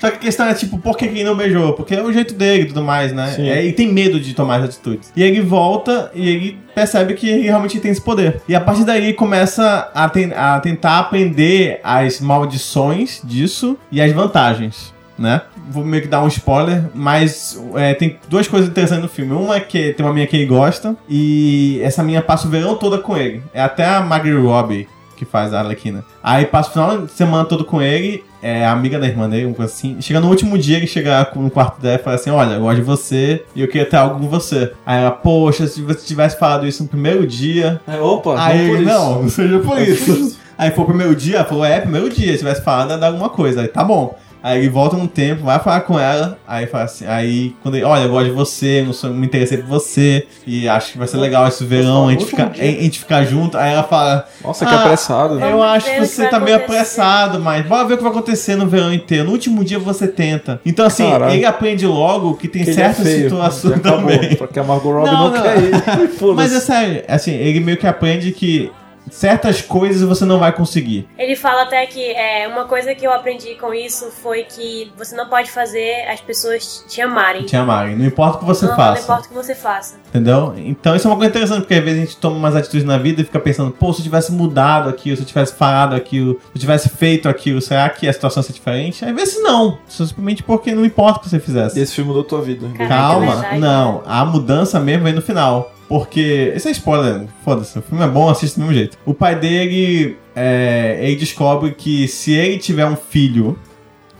D: Só que a questão é, tipo, por que que ele não beijou? Porque é o jeito dele e tudo mais, né?
K: Sim.
D: É, ele tem medo de tomar as atitudes. E ele volta e ele percebe que ele realmente tem esse poder. E a partir daí ele começa a, ten- a tentar aprender as maldições disso e as vantagens. Né? Vou meio que dar um spoiler, mas é, tem duas coisas interessantes no filme. Uma é que tem uma minha que ele gosta, e essa minha passa o verão toda com ele. É até a Maggie Robbie, que faz a Arlequina. Aí passa o final de semana todo com ele, é amiga da irmã dele, uma coisa assim. Chega no último dia, ele chega com- no quarto dela e fala assim: Olha, eu gosto de você e eu queria ter algo com você. Aí ela, poxa, se você tivesse falado isso no primeiro dia.
E: Aí, É, opa,
D: Aí
E: não por
D: ele,
E: isso.
D: não, não seja por isso. Aí foi o primeiro dia, ela falou: É, primeiro dia, se tivesse falado, ia dar alguma coisa. Aí tá bom. Aí ele volta um tempo, vai falar com ela, aí fala assim, aí quando ele, olha, eu gosto de você, não sou, me interessei por você, e acho que vai ser legal esse verão, a gente, ficar, a gente ficar junto, aí ela fala,
K: Nossa, que
D: Ah,
K: apressado.
E: né?
D: eu acho
B: ver
D: que
B: o que
D: você
B: vai
D: tá meio
B: acontecer.
D: apressado, mas bora ver o que vai acontecer no verão inteiro. No último dia você tenta. Então, assim,
K: Caralho.
D: ele aprende logo que tem
K: Que ele é
D: certas
K: feio.
D: situações
K: Já acabou,
D: também.
K: Porque a Margot Robbie
D: Não,
K: não,
D: não.
K: quer ir. Foda-se.
D: Mas é sério, assim, ele meio que aprende que certas coisas você não vai conseguir.
B: Ele fala até que é, uma coisa que eu aprendi com isso foi que você não pode fazer as pessoas te amarem.
D: Te amarem. Não importa o que você
B: não, não
D: faça.
B: importa o que você faça.
D: Entendeu? Então isso é uma coisa interessante, porque às vezes a gente toma umas atitudes na vida e fica pensando, pô, se eu tivesse mudado aquilo, se eu tivesse falado aquilo, se eu tivesse feito aquilo, será que a situação ia ser diferente? Às vezes não. Simplesmente porque não importa o que você fizesse.
E: E esse filme mudou tua vida.
B: Caraca, é
D: é Calma,
B: verdade.
D: não. A mudança mesmo é no final. Porque. Esse é spoiler, foda-se. O filme é bom, assiste do mesmo jeito. O pai dele. é, ele descobre que se ele tiver um filho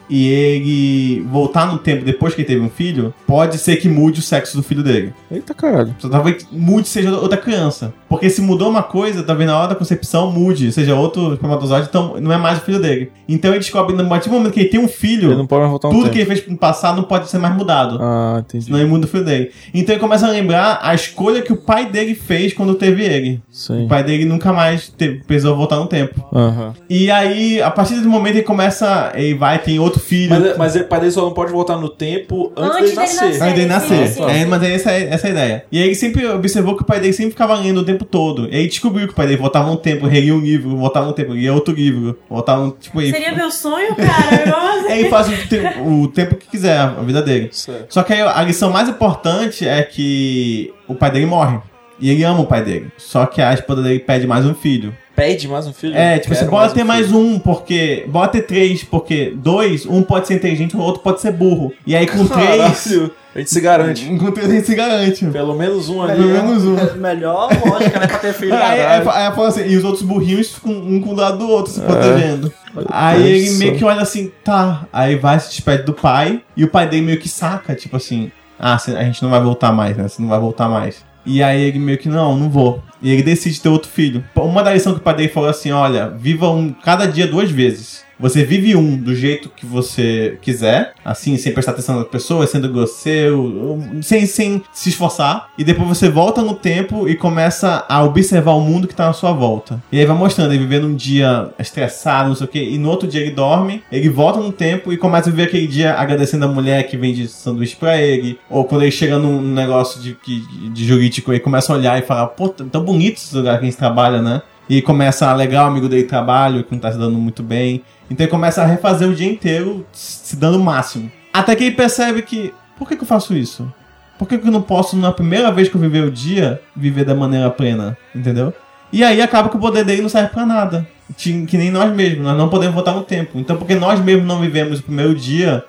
D: e ele voltar no tempo depois que ele teve um filho, pode ser que mude o sexo do filho dele.
K: Eita caralho.
D: Então, talvez mude seja outra criança. Porque se mudou uma coisa, talvez na hora da concepção mude, seja outro espermatozoide, então não é mais o filho dele. Então ele descobre, no partir do momento que ele tem um
K: Ele
D: filho,
K: não pode mais voltar um
D: tudo
K: tempo.
D: que ele fez no passado não pode ser mais mudado.
K: Ah, entendi.
D: Senão ele muda o filho dele. Então ele começa a lembrar a escolha que o pai dele fez quando teve ele.
K: Sim.
D: O pai dele nunca mais teve, precisou voltar no tempo.
K: Aham.
D: E aí, a partir do momento ele começa, ele vai, tem outro filho.
B: é-
E: Mas, é, mas ele- pai dele só não pode voltar no tempo
B: Antes dele
E: antes, dele nascer.
B: nascer.
D: Aí dele nascer.
B: Sim, sim.
D: É, mas é essa, essa é a ideia. E aí ele sempre observou que o pai dele sempre ficava lendo o tempo todo. E aí descobriu que o pai dele voltava um tempo, relia um livro, voltava um tempo, lia outro livro, voltava um. Tipo, ele,
B: Seria meu sonho, cara. Nossa.
D: aí ele faz o, te- o tempo que quiser, a vida dele.
E: Certo.
D: Só que aí a lição mais importante é que o pai dele morre. E ele ama o pai dele. Só que a esposa dele pede mais um filho.
G: pede mais um filho?
D: É, tipo, você
G: Quero
D: bota ter
G: um
D: mais um, porque. Bota ter três, porque dois, um pode ser inteligente, o outro pode ser burro. E aí um com três.
G: Caralho,
E: A gente se garante.
D: Com três a gente se garante.
E: Pelo menos um ali.
D: Pelo menos um.
F: Melhor lógica, né? Pra ter filho.
L: É.
D: Aí, aí,
F: Caralho.
D: aí fala assim, e os outros burrinhos com um com o lado do outro se protegendo. Aí ele
G: Nossa.
D: meio que olha assim, tá. Aí vai, se despede do pai, e o pai dele meio que saca, tipo assim, ah, cê- a gente não vai voltar mais, né? Você não vai voltar mais. E aí ele meio que, não, não vou. E ele decide ter outro filho. Uma da lição que o pai dele falou assim, olha, viva um cada dia duas vezes. Você vive um do jeito que você quiser, assim, sem prestar atenção nas pessoas, sendo grosseiro, um, sem, sem se esforçar. E depois você volta no tempo e começa a observar o mundo que tá na sua volta. E aí vai mostrando, ele vivendo um dia estressado, não sei o quê, e no outro dia ele dorme, ele volta no tempo e começa a viver aquele dia agradecendo a mulher que vende sanduíche pra ele. Ou quando ele chega num negócio de, que- de jurídico, ele começa a olhar e falar, pô, tão tão bonito esse lugar que a gente trabalha, né? E começa a legal, amigo dele trabalho, que não tá se dando muito bem. Então ele começa a refazer o dia inteiro, se dando o máximo. Até que ele percebe que, por que, que eu faço isso? Por que, que eu não posso, na primeira vez que eu viver o dia, viver da maneira plena? Entendeu? E aí acaba que o poder dele não serve pra nada. Ti- Que nem nós mesmos, nós não podemos voltar no tempo. Então, porque nós mesmos não vivemos o primeiro dia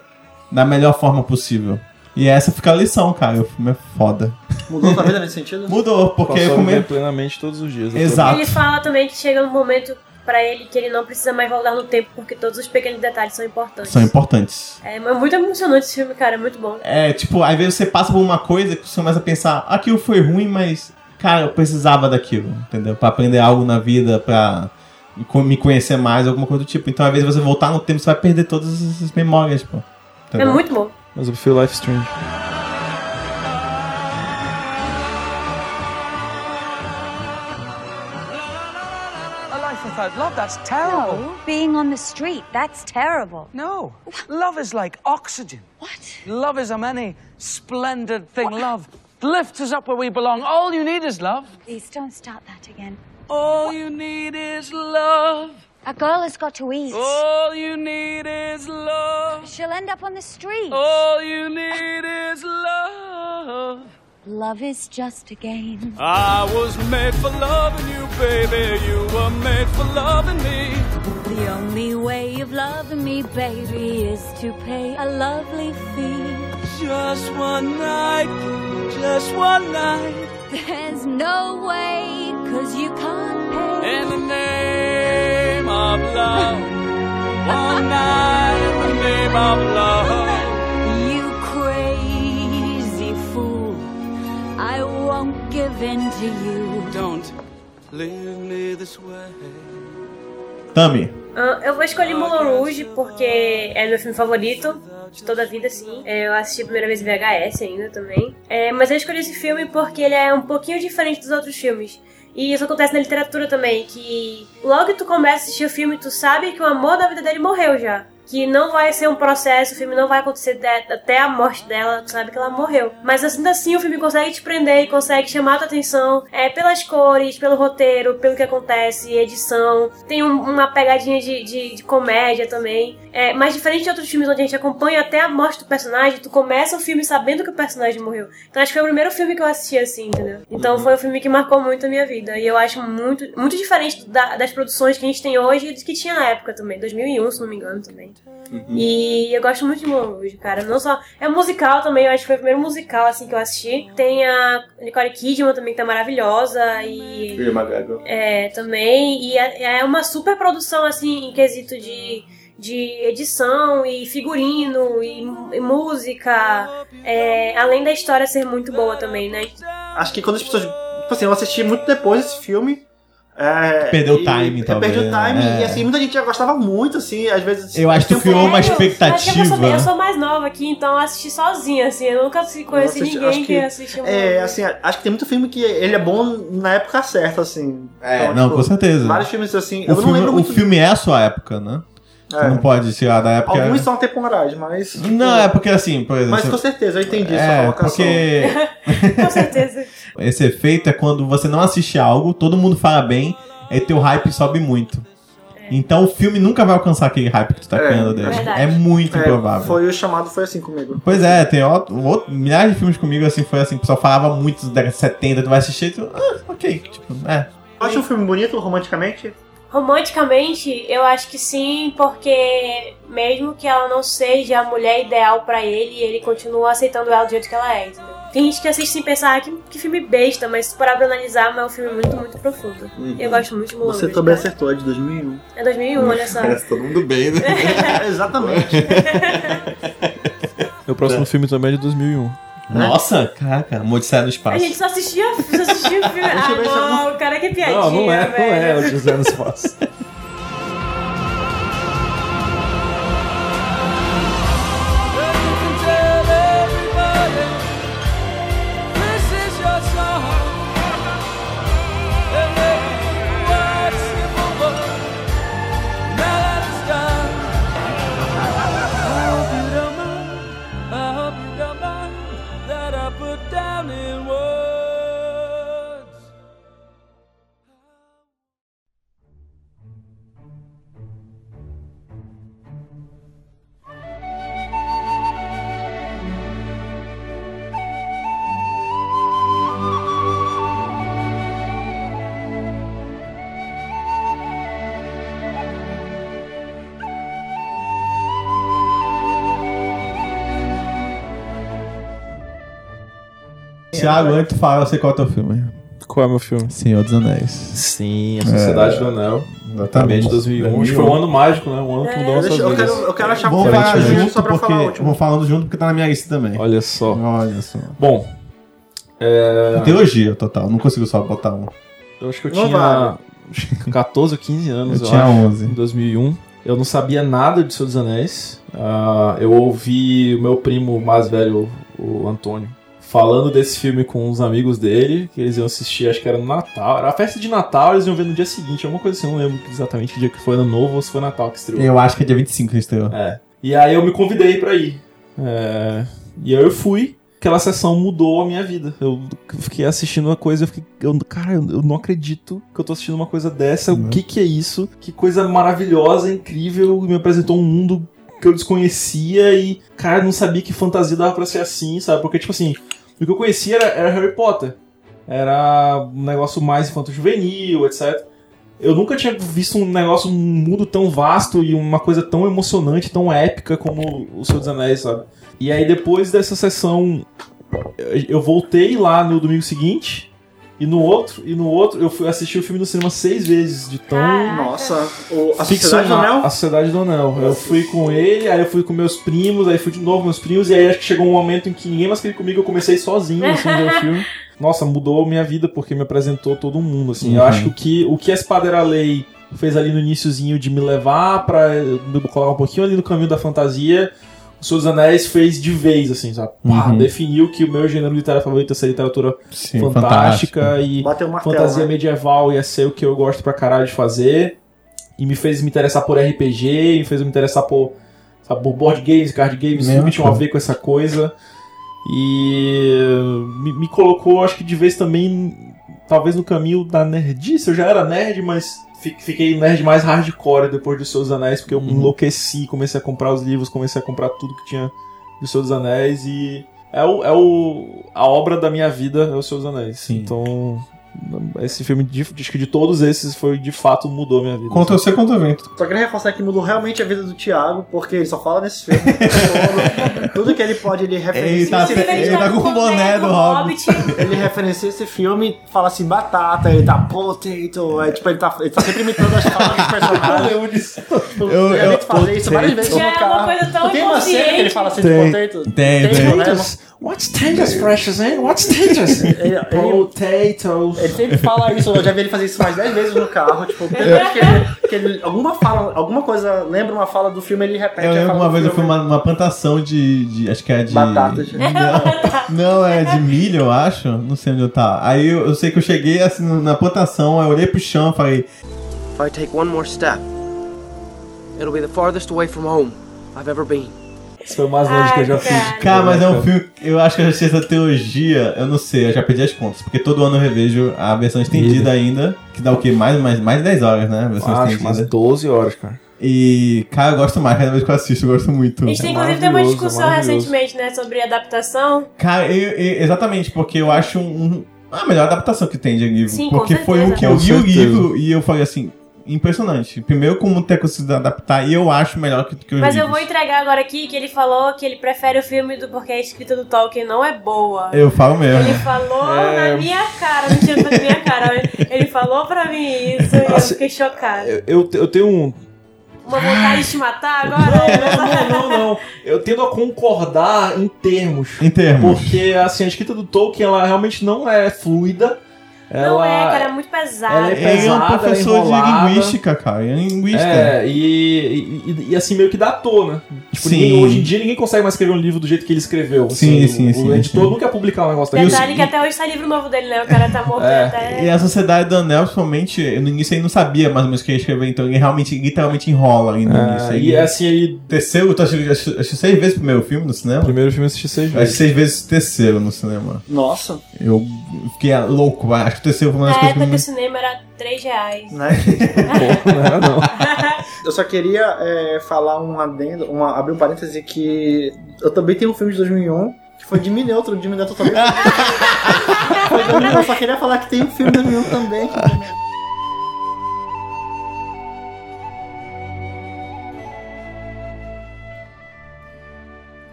D: da melhor forma possível. E essa fica a lição, cara. O filme é foda.
F: Mudou tua vida nesse sentido?
D: Mudou, porque
E: Passou
D: eu
E: a
D: come...
E: viver plenamente todos os dias.
D: Exato.
B: Ele fala também que chega um momento pra ele que ele não precisa mais voltar no tempo, porque todos os pequenos detalhes são importantes.
D: São importantes.
B: É, mas é muito emocionante esse filme, cara. É muito bom.
D: É, tipo, às vezes você passa por uma coisa que você começa a pensar, aquilo foi ruim, mas, cara, eu precisava daquilo, entendeu? Pra aprender algo na vida, pra co- me conhecer mais, alguma coisa do tipo. Então, às vezes, você voltar no tempo, você vai perder todas essas memórias, pô.
B: É muito bom.
G: Mas eu prefiro Life Strange.
L: A life without love, that's terrible.
M: Being on the street, that's terrible.
L: No. Love is like oxygen. What? Love is a many splendid thing. Love lifts us up where we belong. All you need is love.
M: Please don't start that again.
L: All you need is love.
M: A girl has got to eat.
L: All you need is love.
M: She'll end up on the street.
L: All you need is love.
M: Love is just a game.
C: I was made for loving you, baby. You were made for loving me.
M: The only way of loving me, baby, is to pay a lovely fee.
L: Just one night, just one night.
M: There's no way, cause you can't pay.
L: In the name of love. One night in the name of love.
M: You crazy fool. I won't give in to you.
L: Don't leave me this way.
D: Tami,
B: Ah, Eu vou escolher Moulin Rouge porque é meu filme favorito de toda a vida, sim. É, Eu assisti a primeira vez em VHS ainda também. É, mas eu escolhi esse filme porque ele é um pouquinho diferente dos outros filmes. E isso acontece na literatura também, que logo que tu começa a assistir o filme, tu sabe que o amor da vida dele morreu já. Que não vai ser um processo, o filme não vai acontecer de- até a morte dela, tu sabe que ela morreu. Mas ainda assim o filme consegue te prender e consegue chamar a tua atenção é, pelas cores, pelo roteiro, pelo que acontece, edição. Tem um- uma pegadinha de, de- de comédia também. É, mas diferente de outros filmes onde a gente acompanha até a morte do personagem, tu começa o filme sabendo que o personagem morreu. Então acho que foi o primeiro filme que eu assisti assim, entendeu? Então foi um filme que marcou muito a minha vida. E eu acho muito, muito diferente da- das produções que a gente tem hoje e do que tinha na época também. 2001, se não me engano, também. E eu gosto muito de Moulin Rouge, cara. Não só. É musical também, eu acho que foi o primeiro musical assim que eu assisti. Tem a Nicole Kidman também, que tá maravilhosa. E. É, também. E é, é uma super produção, assim, em quesito de, de edição e figurino e, mu- e música. É, além da história ser muito boa também, né?
F: Acho que quando as pessoas. Tipo assim, eu assisti muito depois esse filmi É,
D: Perdeu o
F: e-
D: timing,
F: é,
D: talvez,
F: Perdeu o
D: né?
F: time.
D: É.
F: E assim, muita gente já gostava muito, assim, às vezes.
D: eu acho que tu
L: é
D: criou uma
B: Acho que eu sou, bem- eu
D: expectativa.
B: sou mais nova aqui, então eu assisti sozinha, assim. Eu nunca se- conheci
F: Nossa, acho
B: ninguém que,
F: que-
B: assistiu
F: É, assim, acho que tem muito filme que ele é bom na época certa, assim.
D: É, não, com certeza.
F: Vários filmes assim.
D: O
F: eu
D: filme,
F: não lembro
D: o
F: muito.
D: filme é a sua época, né? Você
F: É.
D: não pode tirar da época.
F: Alguns são temporais, mas. tipo,
D: Não, é porque assim, por exemplo.
F: Mas com certeza, eu entendi sua
D: É,
F: colocação.
D: porque
B: Com certeza.
D: Esse efeito é quando você não assiste algo, todo mundo fala bem, aí teu hype sobe muito.
B: É.
D: Então o filme nunca vai alcançar aquele hype que tu tá criando dele.
F: verdade.
D: É muito
F: É,
D: improvável.
F: Foi o chamado, foi assim comigo.
D: Pois é, tem ó- outro- milhares de filmes comigo assim, foi assim, o pessoal falava muito dos décadas de 70, tu vai assistir e tu, ah, ok, tipo, é.
F: Eu Acha um filme bonito, romanticamente?
B: Romanticamente, eu acho que sim, porque mesmo que ela não seja a mulher ideal pra ele, ele continua aceitando ela do jeito que ela é, entendeu? Tem gente que assiste sem pensar "Ah, que, que filme besta, mas se parar pra analisar, é um filme muito, muito profundo. Eu gosto muito de Mulan.
F: Uhum. Você
B: Rouge,
F: também
B: cara.
F: acertou, é de 2001.
B: É 2001, olha só.
F: todo mundo bem, né? Exatamente.
E: Meu próximo filme também é de 2001.
D: Nossa, caraca, Odisseia no
B: A
D: Espaço.
B: gente só assistia, só assistia filme. ah,
D: um-
B: não, o cara que é piadinha,
E: Não, não é, não é
B: velho.
E: Odisseia no Espaço.
C: Tell everybody this is your song. And every word skip over. Now that it's done, I hope you don't mind. I hope you don't mind that I put down in words.
B: né?
D: Thiago, antes de falar, eu sei qual é o teu filme.
E: Qual é meu filme?
D: Senhor dos Anéis. Sim,
N: A
E: É.
N: Sociedade do Anel.
E: Tá
D: Exatamente,
N: de 2001. Acho que foi um ano mágico, né? Um ano
D: É,
N: que mudou nossas
F: deixa- eu
N: vidas.
F: quero- eu quero achar um
D: Vamos
N: Diferente,
D: falar
N: né?
D: junto porque, Vamos falando junto porque tá na minha lista também.
E: Olha só.
D: Olha só.
E: Bom. É...
D: Teologia total, não consigo só botar um.
E: Eu acho que eu
D: Não
E: tinha
D: vale.
E: acho que 14 ou 15 anos.
D: Eu tinha
E: acho,
D: 11.
E: Em 2001. Eu não sabia nada de Senhor dos Anéis. Ah, eu ouvi o meu primo mais velho, o Antônio, falando desse filme com uns amigos dele, que eles iam assistir, acho que era no Natal. Era a festa de Natal, eles iam ver no dia seguinte, alguma coisa assim. Eu não lembro exatamente que dia que foi, ano novo ou se foi Natal que estreou.
D: Eu acho que é dia 25 que estreou.
E: É. E aí eu me convidei pra ir. É, E aí eu fui. Aquela sessão mudou a minha vida. Eu fiquei assistindo uma coisa, eu fiquei. Eu, cara, eu eu não acredito que eu tô assistindo uma coisa dessa. O que que é isso? Que coisa maravilhosa, incrível. Me apresentou um mundo que eu desconhecia e, cara, eu não sabia que fantasia dava pra ser assim, sabe? Porque, tipo assim, o que eu conhecia era, era Harry Potter. Era um negócio mais infanto-juvenil, etc. Eu nunca tinha visto um negócio, um mundo tão vasto e uma coisa tão emocionante, tão épica como o Senhor dos Anéis, sabe? E aí depois dessa sessão, eu- eu voltei lá no domingo seguinte e no outro, e no outro eu fui assistir o filme no cinema seis vezes, de tão
F: É. Nossa, o, a Sociedade do
E: ficcionar
F: Anel?
D: assim,
E: a Sociedade do Anel. Eu fui com ele, aí eu fui com meus primos, aí fui de novo com meus primos, e aí acho que chegou um momento em que ninguém mais queria ir comigo, eu comecei sozinho, assim, ver o filme. Nossa, mudou minha vida, porque me apresentou todo mundo, assim. Eu
D: Uhum.
E: acho que o que o que a Espadeira Lei fez ali no iniciozinho de me levar pra me colocar um pouquinho ali no caminho da fantasia, o Senhor dos Anéis fez de vez, assim, sabe? Pá,
D: Uhum.
E: Definiu que o meu gênero literário favorito ia ser literatura
D: Sim,
E: fantástica,
D: fantástica.
E: e
F: Bateu o martelo,
E: fantasia
F: né?
E: medieval ia ser o que eu gosto pra caralho de fazer. E me fez me interessar por RPG, me fez me interessar por, sabe, por board games, card games,
D: Né,
E: tudo que tinha a
D: cara?
E: ver com essa coisa. E eh, me, me colocou, acho que de vez também, talvez no caminho da nerdice. Eu já era nerd, mas fi- fiquei nerd mais hardcore depois dos Seus Anéis, porque eu enlouqueci, comecei a comprar os livros, comecei a comprar tudo que tinha do Senhor dos Anéis e é o, é o a obra da minha vida é o Senhor dos Anéis. Então esse filme de, acho que de todos esses foi de fato mudou minha vida.
D: Contra o seu contra o vento.
F: Só queria reforçar que mudou realmente a vida do Thiago, porque ele só fala nesse filme. todo. Tudo que ele pode, ele referencia
D: Ele tá-
F: esse filme.
D: ele tá com o
B: né,
D: boné do Hobbit.
F: Ele referencia esse filme, fala assim, batata, ele tá potato, é, tipo, ele tá, ele tá sempre imitando as falas dos personagens. Eu,
D: eu-
F: eu, falei isso várias vezes
B: Já
F: no
B: é
F: carro.
B: uma coisa tão
F: Tem uma cena que ele
B: inconsciente.
F: fala assim,
D: Tem,
F: potato.
D: tem, tem.
F: Potatoes?
E: What's dangerous, precious, hein? What's dangerous?
F: Ele- ele-
E: Potatoes.
F: Ele sempre fala isso, eu já vi ele fazer isso mais 10 vezes no carro. Tipo, toda vez que ele, que ele- alguma, fala, alguma coisa lembra uma fala do filme, ele repete
D: Eu
F: a
D: lembro
F: fala
D: uma
F: do
D: vez eu
F: filme.
D: fui uma, uma plantação de, de- Acho que é de.
F: Batatas.
D: Não, não, é de milho, eu acho. Não sei onde eu tava. Aí eu, eu sei que eu cheguei assim na plantação, aí eu olhei pro chão e falei.
O: If I take one more step, it'll be the farthest away from home I've ever been.
E: Isso foi o mais longe que eu já fiz.
D: Cara, mas é um filme. que Eu acho que eu já assisti essa teologia. Eu não sei, eu já perdi as contas. Porque todo ano eu revejo a versão estendida ainda. Que dá o quê? Mais, mais, mais 10 horas, né? A versão
E: Acho, umas 12 horas, cara.
D: E, cara, eu gosto mais. Cada vez que eu assisto, eu gosto muito.
B: A gente tem, inclusive, teve uma discussão recentemente, né, sobre adaptação.
D: Cara, eu- eu- exatamente, porque eu acho um, a melhor adaptação que tem de livro.
B: Sim, com
D: porque foi o
B: certeza.
D: que eu
B: Com
D: vi o
B: certeza.
D: livro e eu falei assim, impressionante. Primeiro, como ter conseguido adaptar, e eu acho melhor que, que os
B: Mas eu
D: livros.
B: vou
E: Uhum.
B: entregar agora aqui que ele falou que ele prefere o filme do porque a escrita do Tolkien não é boa.
D: Eu falo mesmo.
B: Ele falou
D: É.
B: na minha cara, mentira, foi na minha cara. Ele falou pra mim isso e eu fiquei chocada.
E: Eu, eu, eu tenho um.
B: Uma vontade de te matar agora?
E: Ah, Não, não, não. Eu tendo a concordar em termos.
D: Em termos.
E: Porque assim, a escrita do Tolkien ela realmente não é fluida. Ela,
B: Não é, cara, é muito pesado.
E: ela é
D: Ele é um
E: pesada,
D: professor
E: enrolada.
D: de linguística, cara. Ele é linguista.
E: É, e, e- e- e assim meio que datou, né? Tipo,
D: Sim.
E: ninguém- hoje em dia ninguém consegue mais escrever um livro do jeito que ele escreveu.
D: Sim,
E: assim,
D: sim,
E: o,
D: sim,
E: O editor
D: sim.
E: nunca publicar um negócio daquele.
B: Detalhe que até hoje sai livro novo dele, né? O cara tá morto
D: É,
B: até.
D: E a Sociedade do Anel, principalmente, no início ele não sabia mais ou menos o que ia escrever, então ele realmente, literalmente enrola ali no
E: É,
D: início.
E: e assim, ele...
D: Terceiro, tu assistiu, assistiu- assistiu seis vezes o primeiro filme no cinema?
E: Primeiro filme eu assisti seis
D: Acho que seis vezes o terceiro no cinema.
F: Nossa.
D: Eu fiquei louco, acho que o terceiro foi uma das
B: Na época que o
D: coisas que
B: cinema era 3 reais.
F: né?
E: né?
F: Eu só queria é, falar um adendo, uma, abrir um parêntese que eu também tenho um filme de 2001 que foi Jimmy Neutron. Jimmy Neutron também foi. foi 2001, eu só queria falar que tem um filme de 2001 também.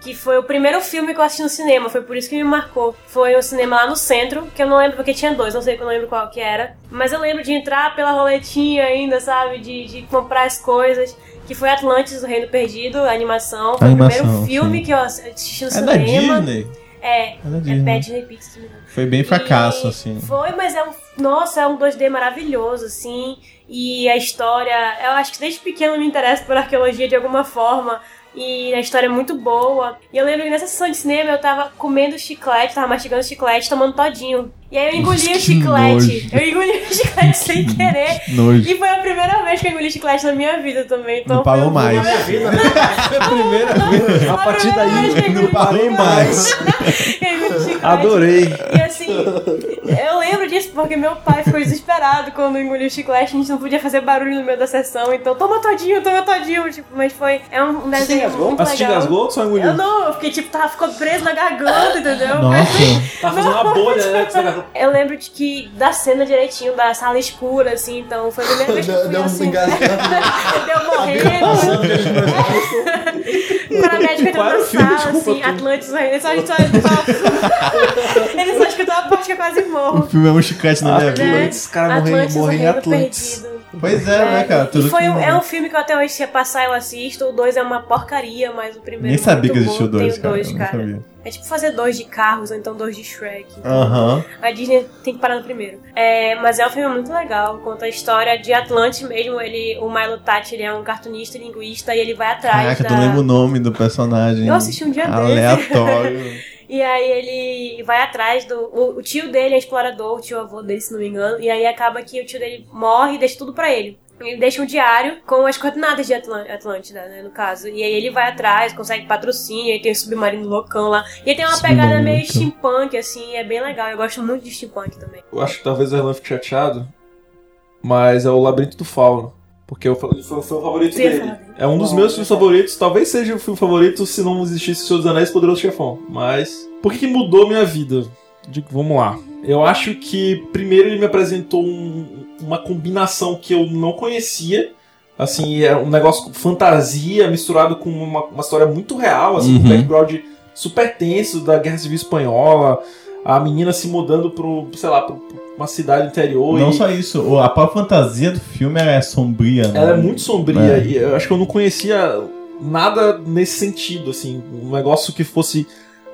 B: Que foi o primeiro filme que eu assisti no cinema, foi por isso que me marcou. Foi um cinema lá no centro, que eu não lembro porque tinha dois, não sei que eu não lembro qual que era. Mas eu lembro de entrar pela roletinha ainda, sabe? De, de comprar as coisas. Que foi Atlantis, do Reino Perdido, a animação. Foi o
D: Animação,
B: primeiro filme
D: sim.
B: que eu assisti no
D: É da
B: cinema.
D: Disney.
B: É, é,
D: da Disney.
B: Bad Disney Pixar, se não me engano.
D: Foi bem fracasso, assim.
B: Foi, mas é um. Nossa, é um 2D maravilhoso, assim. E a história. Eu acho que desde pequeno eu me interesso por arqueologia de alguma forma. E a história é muito boa. E eu lembro que nessa sessão de cinema eu tava comendo chiclete, tava mastigando chiclete, tomando todinho. E aí eu engoli
D: Que
B: o chiclete.
D: nojo.
B: Eu engoli o chiclete sem querer.
D: nojo.
B: E foi a primeira vez que eu engoli chiclete na minha vida também. Então
D: Não parou
B: foi
D: mais.
E: É primeira
D: vez.
E: A partir daí,
D: não parei mais.
E: Adorei.
B: E assim, eu lembro disso porque meu pai ficou desesperado quando engoliu o chiclete, a gente não podia fazer barulho no meio da sessão, então toma todinho, toma todinho, tipo, mas foi, é um desenho muito
E: Mas te
B: legal.
E: engasgou ou só engoliu?
B: Eu não, eu fiquei tipo, tava, ficou preso na garganta, entendeu?
E: Tá fazendo uma bolha, né? que você agarrou.
B: Eu lembro de que da cena direitinho, da sala escura, assim, então foi a primeira vez que eu fui
F: Deu um
B: assim. Deu morrendo. Pra médica
C: Qual era
B: entrou
C: o
B: na
C: filme?
B: sala,
C: Desculpa,
B: assim, Atlantis ainda. Ele só, ele só, ele só, ele só escutou a parte que eu quase
D: O
B: morro.
D: filme é um chiclete na minha vida.
B: Né? Atlantis, o reino perdido.
D: Pois é, né, cara? Tudo
B: E foi
D: que-
B: um, é um filme que eu até hoje, se passar, eu assisto. O dois é uma porcaria, mas o primeiro.
D: Nem
B: é muito
D: sabia que existia
B: bom.
D: o dois,
B: Tem
D: cara.
B: dois,
D: Eu não
B: cara.
D: sabia.
B: É tipo fazer dois de carros, ou então dois de Shrek. Então,
D: Aham.
B: A Disney tem que parar no primeiro. É, mas é um filme muito legal. Conta a história de Atlante mesmo. Ele, o Milo Tati, ele é um cartunista e linguista e ele vai atrás
D: Caraca,
B: da...
D: tu lembra o nome do personagem.
B: Eu assisti um dia desse.
D: Aleatório.
B: E aí ele vai atrás do. O, o tio dele é explorador, o tio avô dele, se não me engano. E aí acaba que o tio dele morre e deixa tudo pra ele. Ele deixa um diário com as coordenadas de Atlan- Atlântida, né, no caso. E aí ele vai atrás, consegue patrocínio, aí tem o submarino loucão lá. E aí tem uma
E: Submarino
B: pegada meio
E: loucão.
B: steampunk, assim, é bem legal. Eu gosto muito de steampunk também.
E: Eu acho que talvez o Erlan fique chateado, mas é o Labirinto do Fauno. Porque eu falei, foi, foi o favorito
B: Você ia
E: dele.
B: falar
E: É um dos meus filmes favoritos, talvez seja o filme favorito se não existisse O Senhor dos Anéis e Poderoso Chefão. Mas. Por que, que mudou minha vida? Digo, vamos lá. Eu acho que primeiro ele me apresentou um- uma combinação que eu não conhecia. Assim, é um negócio com fantasia misturado com uma, uma história muito real, assim, um
G: Uhum.
E: background super tenso da Guerra Civil Espanhola, a menina se mudando pro, sei lá, pro, pro- uma cidade interior.
D: Não
E: e-
D: só isso, o- a própria fantasia do filme é sombria, né?
E: ela é muito sombria
D: É.
E: e eu acho que eu não conhecia nada nesse sentido, assim, um negócio que fosse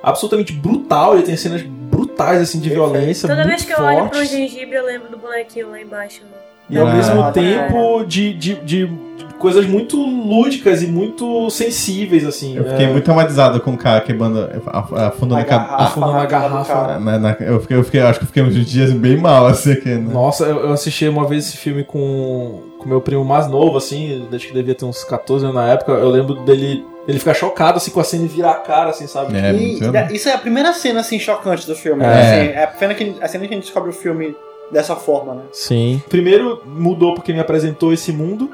E: absolutamente brutal, ele tem cenas brutais assim de
D: é
E: violência,
B: Toda
E: muito
B: vez que eu olho
E: fortes,
B: pro gengibre, eu lembro do bonequinho lá embaixo.
E: e ao
D: Ah.
E: mesmo tempo de, de, de- de coisas muito lúdicas e muito sensíveis assim.
D: Eu fiquei
E: é,
D: muito traumatizado com o cara queimando, a- afundando a cabeça.
E: afundando a garrafa. né?
D: Na- né, na- eu, fiquei, eu fiquei- acho que eu fiquei uns dias bem mal, assim, aqui, né?
E: Nossa, eu eu assisti uma vez esse filme com com meu primo mais novo, assim, acho que devia ter uns 14 anos na época. Eu lembro dele ele ficar chocado assim com a cena e virar a cara, assim, sabe?
D: É,
F: E da- isso é a primeira cena assim chocante do filme.
E: É.
F: né? Assim, é a cena que a cena que a gente descobre o filme dessa forma, né?
E: Sim. Primeiro mudou porque me apresentou esse mundo,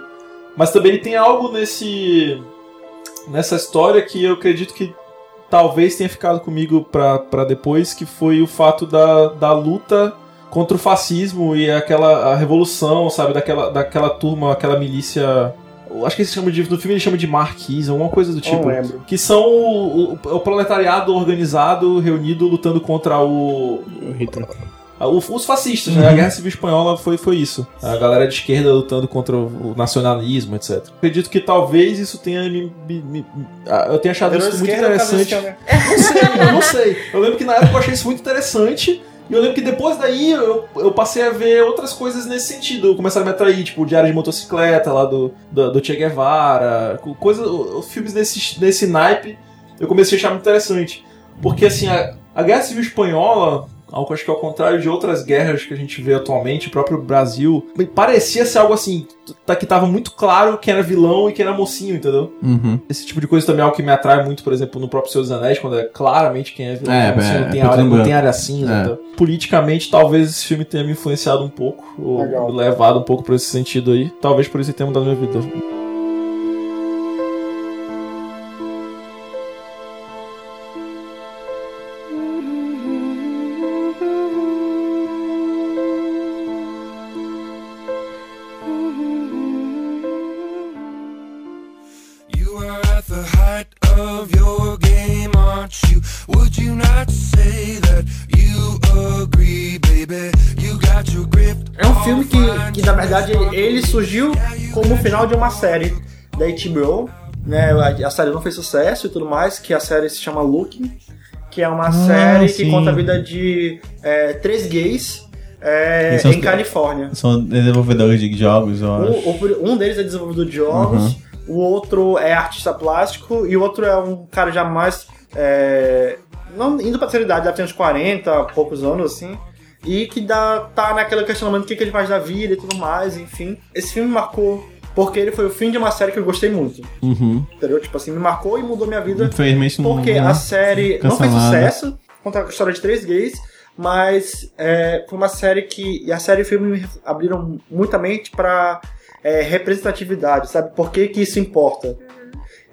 E: mas também ele tem algo nesse nessa história que eu acredito que talvez tenha ficado comigo pra, pra depois, que foi o fato da, da luta contra o fascismo e aquela a revolução, sabe, daquela, daquela turma, aquela milícia. eu Acho que eles chamam de. No filme eles chamam de marquis, alguma coisa do tipo.
F: lembro.
E: Que são o, o- o proletariado organizado, reunido, lutando contra o. Ah, o- Os fascistas, né? A
G: Uhum.
E: Guerra Civil Espanhola foi, foi isso. A galera de esquerda lutando contra o o nacionalismo, etc. Acredito que talvez isso tenha me. me- me- ah, eu tenha achado
F: Virou
E: isso muito
F: esquerda ou
E: interessante.
F: cabeça de
E: Não sei, eu não sei. Eu lembro que na época eu achei isso muito interessante. E eu lembro que depois daí eu, eu passei a ver outras coisas nesse sentido. Começaram a me atrair, tipo, o Diário de Motocicleta lá do, do, do Che Guevara, co- coisa, o- os filmes desse, desse naipe eu comecei a achar muito interessante. Porque assim, a, a Guerra Civil Espanhola, ao- acho que ao contrário de outras guerras que a gente vê atualmente, o próprio Brasil, parecia ser algo assim, tá- que tava muito claro quem era vilão e quem era mocinho, entendeu?
D: Uhum.
E: Esse tipo de coisa também é algo que me atrai muito, por exemplo, no próprio Senhor dos Anéis, quando é claramente quem é vilão.
D: É,
E: quem é, mocinho,
D: é,
E: não, tem
D: é
E: área, não
D: branco.
E: tem área cinza.
D: É.
E: então. Politicamente, talvez esse filme tenha me influenciado um pouco, ou
F: Legal.
E: me levado um pouco pra esse sentido aí. Talvez por isso ele tenha mudado minha vida.
C: You are at the height of your game, aren't you? Would you not say that you agree, baby? You got your grip.
F: É um filme que, que na verdade, ele surgiu como o final de uma série da HBO, né? A, a série não fez sucesso e tudo mais, que a série se chama Looking, que é uma
D: Ah,
F: série que
D: sim.
F: conta a vida de é, três gays é,
D: Eles são
F: em
D: os-
F: Califórnia.
D: São desenvolvedores um de jogos, eu acho.
F: Um, o- um deles é desenvolvedor de jogos,
D: Uhum.
F: o outro é artista plástico e o outro é um cara já mais. é, não indo pra terceira idade, deve ter uns 40, poucos anos assim. E que dá, tá naquele questionamento do que, que ele faz da vida e tudo mais, enfim. Esse filme me marcou porque ele foi o fim de uma série que eu gostei muito.
D: Uhum.
F: Entendeu? Tipo assim, me marcou e mudou minha vida.
D: Infelizmente não-
F: Porque assim,
D: né?
F: a série não fez
D: Cancelada.
F: sucesso, conta a história de três gays, mas é, foi uma série que. E a série e o filme me abriram muita mente pra é, representatividade, sabe? Por que, que isso importa?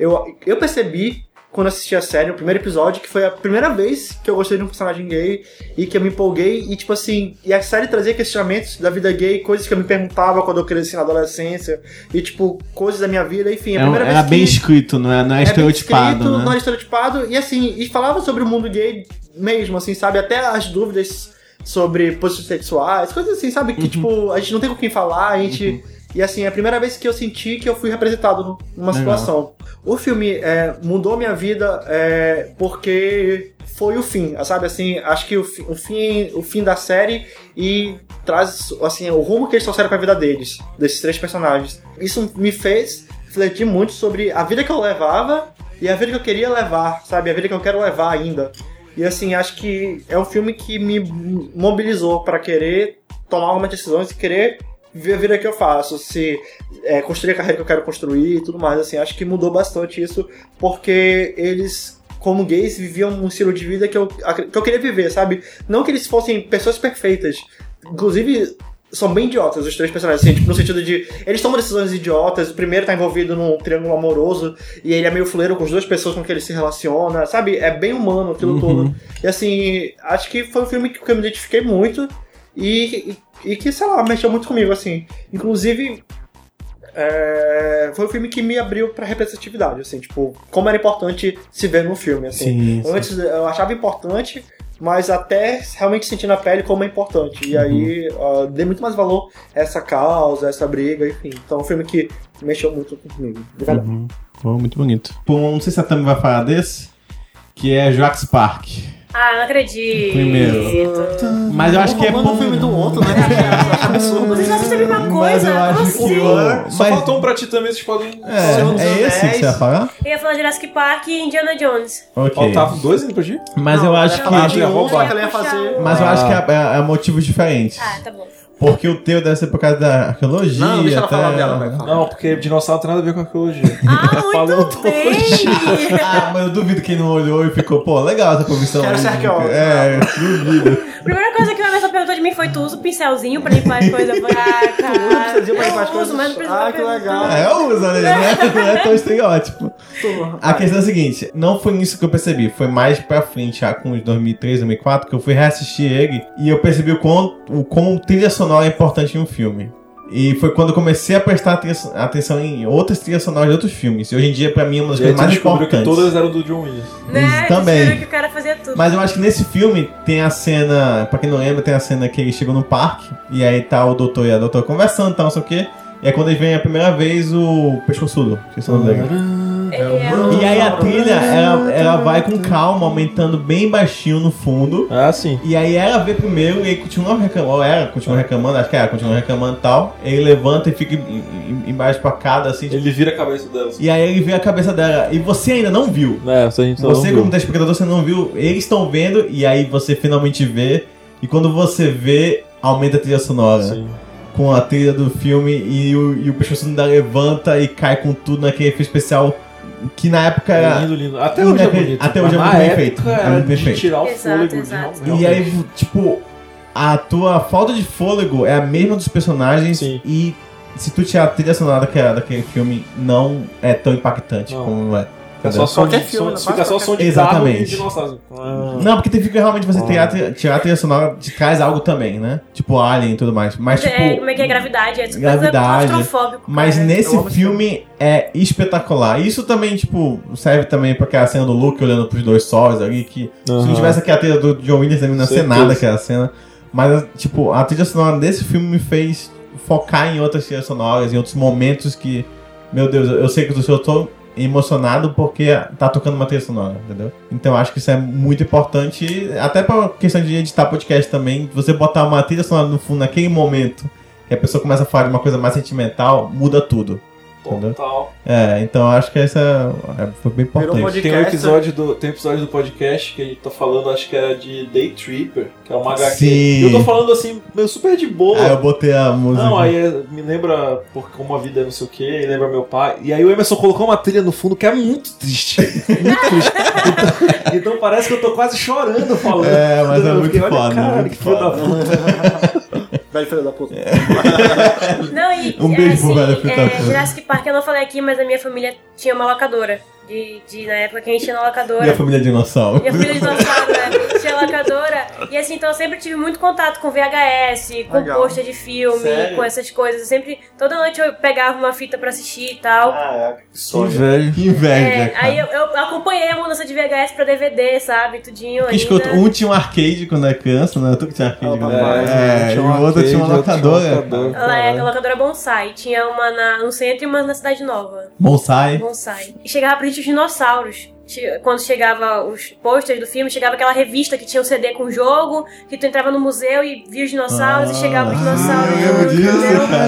F: Eu, eu percebi quando assisti a série, o primeiro episódio, que foi a primeira vez que eu gostei de um personagem gay e que eu me empolguei e tipo assim, e a série trazia questionamentos da vida gay, coisas que eu me perguntava quando eu cresci na adolescência e tipo, coisas da minha vida, enfim, a
D: É um-
F: primeira
D: era
F: vez
D: bem
F: que
D: escrito, não é, não é,
F: bem
D: estereotipado,
F: escrito,
D: né?
F: Não é estereotipado. E assim, e falava sobre o mundo gay mesmo, assim, sabe? Até as dúvidas sobre posições sexuais, coisas assim, sabe? Que, tipo, a gente não tem com quem falar, a gente. E assim, é a primeira vez que eu senti que eu fui representado numa
D: Legal.
F: situação. O filme é, mudou minha vida é, porque foi o fim, sabe? Assim, acho que o, fi- o fim, o fim da série e traz assim o rumo que eles trouxeram para a vida deles, desses três personagens. Isso me fez refletir muito sobre a vida que eu levava e a vida que eu queria levar, sabe? A vida que eu quero levar ainda. E assim, acho que é um filme que me mobilizou para querer tomar algumas decisões e querer ver a vida que eu faço, se é, construir a carreira que eu quero construir e tudo mais. Assim, acho que mudou bastante isso, porque eles, como gays, viviam um estilo de vida que eu, acre- que eu queria viver, sabe? Não que eles fossem pessoas perfeitas. Inclusive, são bem idiotas os três personagens, assim, tipo, no sentido de. Eles tomam decisões idiotas, o primeiro tá envolvido num triângulo amoroso, e ele é meio fuleiro com as duas pessoas com que ele se relaciona, sabe? É bem humano aquilo tudo. E assim, acho que foi um filme que eu me identifiquei muito e, e, e que, sei lá, mexeu muito comigo, assim. Inclusive, é, foi um filme que me abriu pra representatividade, assim, tipo, como era importante se ver num filme, assim.
D: Sim, sim.
F: Antes eu achava importante, mas até realmente sentir na pele como é importante.
D: Uhum.
F: E aí ó, dei muito mais valor a essa causa, a essa briga, enfim. Então é um filme que mexeu muito comigo. De verdade.
D: Uhum. Pô, muito bonito. Pô, Tipo, não sei se a Tami vai falar desse, que é Jurassic Park.
B: Ah, não acredito.
D: Primeiro. Mas eu acho que é bom...
F: filme do outro, né? absurdo.
B: Vocês já percebem uma coisa?
D: eu
B: Como
D: acho que
B: assim?
D: eu-
E: Só
D: Mas-
E: faltou um pra ti também, vocês podem.
D: É, é esse que você vai falar?
B: Eu ia falar Jurassic Park e Indiana Jones.
D: Ok.
E: Faltava tá dois ainda pra ti?
D: Mas eu acho que...
F: ia fazer.
D: Mas eu acho que é, é- é motivos diferentes.
B: Ah, tá bom.
D: Porque o teu deve ser por causa da arqueologia.
E: Não, deixa ela
D: até-
E: falar dela,
F: Ah.
E: vai. Não, porque dinossauro tem nada a ver com arqueologia. um
B: Ah, muito bem!
D: ah, mas eu duvido quem não olhou e ficou, pô, legal essa comissão.
B: Quero
D: aí,
B: ser arqueólogo.
D: É, duvido.
B: Primeira coisa que uma pessoa perguntou de mim foi: tu usa o pincelzinho pra limpar as coisas? Eu falei, Ah, cara.
F: Você dizia pra limpar as
B: uso, mas não
F: coisas.
B: precisa
F: Ah, que legal.
D: É, usa, né? Não é, não é tão estereótipo. A questão é a seguinte, não foi nisso que eu percebi, foi mais pra frente, já com os 2003, 2004, que eu fui reassistir ele e eu percebi o quão, o quão trilha sonora é importante em um filme. E foi quando eu comecei a prestar aten- atenção em outras trilhas sonoras de outros filmes. E hoje em dia, pra mim, é uma das
E: E aí
D: coisas
E: tu
D: mais
E: descobriu
D: importantes.
E: que todas eram do John Williams.
B: Né?
D: Também.
B: Também. que o cara fazia tudo.
D: Mas eu acho que nesse filme tem a cena, pra quem não lembra, tem a cena que eles chegam no parque e aí tá o doutor e a doutora conversando e tal, não sei o quê. E aí quando eles vêm a primeira vez o pescoçudo, esqueci o nome dele.
B: É,
D: É, E aí a trilha, ela, ela vai com calma, aumentando bem baixinho no fundo.
E: Ah, sim.
D: E aí ela vê primeiro e aí continua reclamando, ou ela continua reclamando, acho que ela continua reclamando e tal. Ele levanta e fica em- em- em- embaixo pra cada, assim.
E: Ele vira a cabeça dela. assim.
D: E aí ele vê a cabeça dela. E você ainda não viu.
E: É, a gente só não
D: Você,
E: viu.
D: como telespectador, você não viu. Eles estão vendo e aí você finalmente vê. E quando você vê, aumenta a trilha sonora. Com a trilha do filme e o, e o pescoço ainda levanta e cai com tudo naquele efeito especial. Que na época era.
E: É Lindo, lindo. Até hoje é
D: inacre-
E: bonito.
D: Até hoje é
E: Mas na
D: muito bem
E: época
D: feito. É
E: era
D: muito bem
E: de
D: feito.
E: tirar o Exato, fôlego, assim,
B: exato.
D: E aí, tipo, a tua falta de fôlego é a mesma dos personagens e se tu tirar a trilha sonora daquela- daquele, filme, não é tão impactante como é.
E: É
D: Entendeu?
E: só som de, som, fica só som de carro e
D: né? Exatamente.
E: dinossauros. Ah.
D: Não, porque tem que realmente você tirar, a trilha- tirar a trilha sonora te traz algo também, né? Tipo Alien e tudo mais. Mas, tipo,
B: é, como é que é gravidade? É super
D: gravidade.
B: claustrofóbico.
D: Mas
B: cara.
D: nesse filme é espetacular. Isso também, tipo, serve também pra aquela cena do Luke olhando pros dois sóis ali, que se não
E: Aham.
D: tivesse aqui a trilha do John Williams também não ia ser
E: Certeza.
D: nada aquela cena. Mas, tipo, a trilha sonora desse filme me fez focar em outras trilhas sonoras, em outros momentos que, meu Deus, eu eu sei que do seu eu tô emocionado porque tá tocando uma trilha sonora, entendeu? Então eu acho que isso é muito importante, até pra questão de editar podcast também, você botar uma trilha sonora no fundo naquele momento que a pessoa começa a falar de uma coisa mais sentimental, muda tudo. Entendeu?
E: Total.
D: É, então eu acho que essa é, foi bem importante.
E: Tem um episódio do, tem um episódio do podcast que a gente tá falando, acho que era de Day Tripper, que é uma HQ.
D: Sim.
E: Eu tô falando assim, meu, super de boa.
D: Aí eu botei a música.
E: Não, aí é- me lembra por como a vida é não sei o que, lembra meu pai. E aí o Emerson colocou uma trilha no fundo que é muito triste. muito triste. Então, então parece que eu tô quase chorando falando.
D: É, mas é
E: Eu
D: muito
E: fiquei, olha,
D: foda,
E: Caralho,
D: muito
E: que filho da puta.
F: Velho filho da puta.
D: É.
B: Não, e,
D: Um
B: é,
D: beijo
B: assim,
D: pro velho filho da
B: é,
D: puta.
B: Jurassic Park eu não falei aqui, mas a minha família tinha uma locadora. De, de- na época que a gente tinha na locadora.
D: Minha família é dinossauro.
B: Minha família de dinossauro, né? Tinha locadora. E assim, então eu sempre tive muito contato com VHS, com
J: Legal.
B: pôster de filme,
J: Sério?
B: com essas coisas. Eu sempre, toda noite eu pegava uma fita pra assistir e tal.
F: Ah, é.
D: Que velho. Que inveja,
B: É,
D: cara.
B: aí eu, eu acompanhei a mudança de VHS pra DVD, sabe? Tudinho
D: Que
B: ainda.
D: escuta, um tinha um arcade quando era criança, né? Tu que tinha arcade quando era
E: papai,
D: criança. É,
E: tinha
D: e
E: um
D: o outro tinha né? uma
E: arcade, outro tinha um
D: locadora.
E: locador.
B: Ela é a locadora Bonsai. Tinha uma na- no centro e uma na Cidade Nova.
D: Bonsai.
B: Bonsai. E chegava pra gente os dinossauros. Che- Quando chegava os posters do filme, chegava aquela revista que tinha um CD com o jogo, que tu entrava no museu e via os dinossauros e chegava os dinossauros.
I: Ah,
B: junto,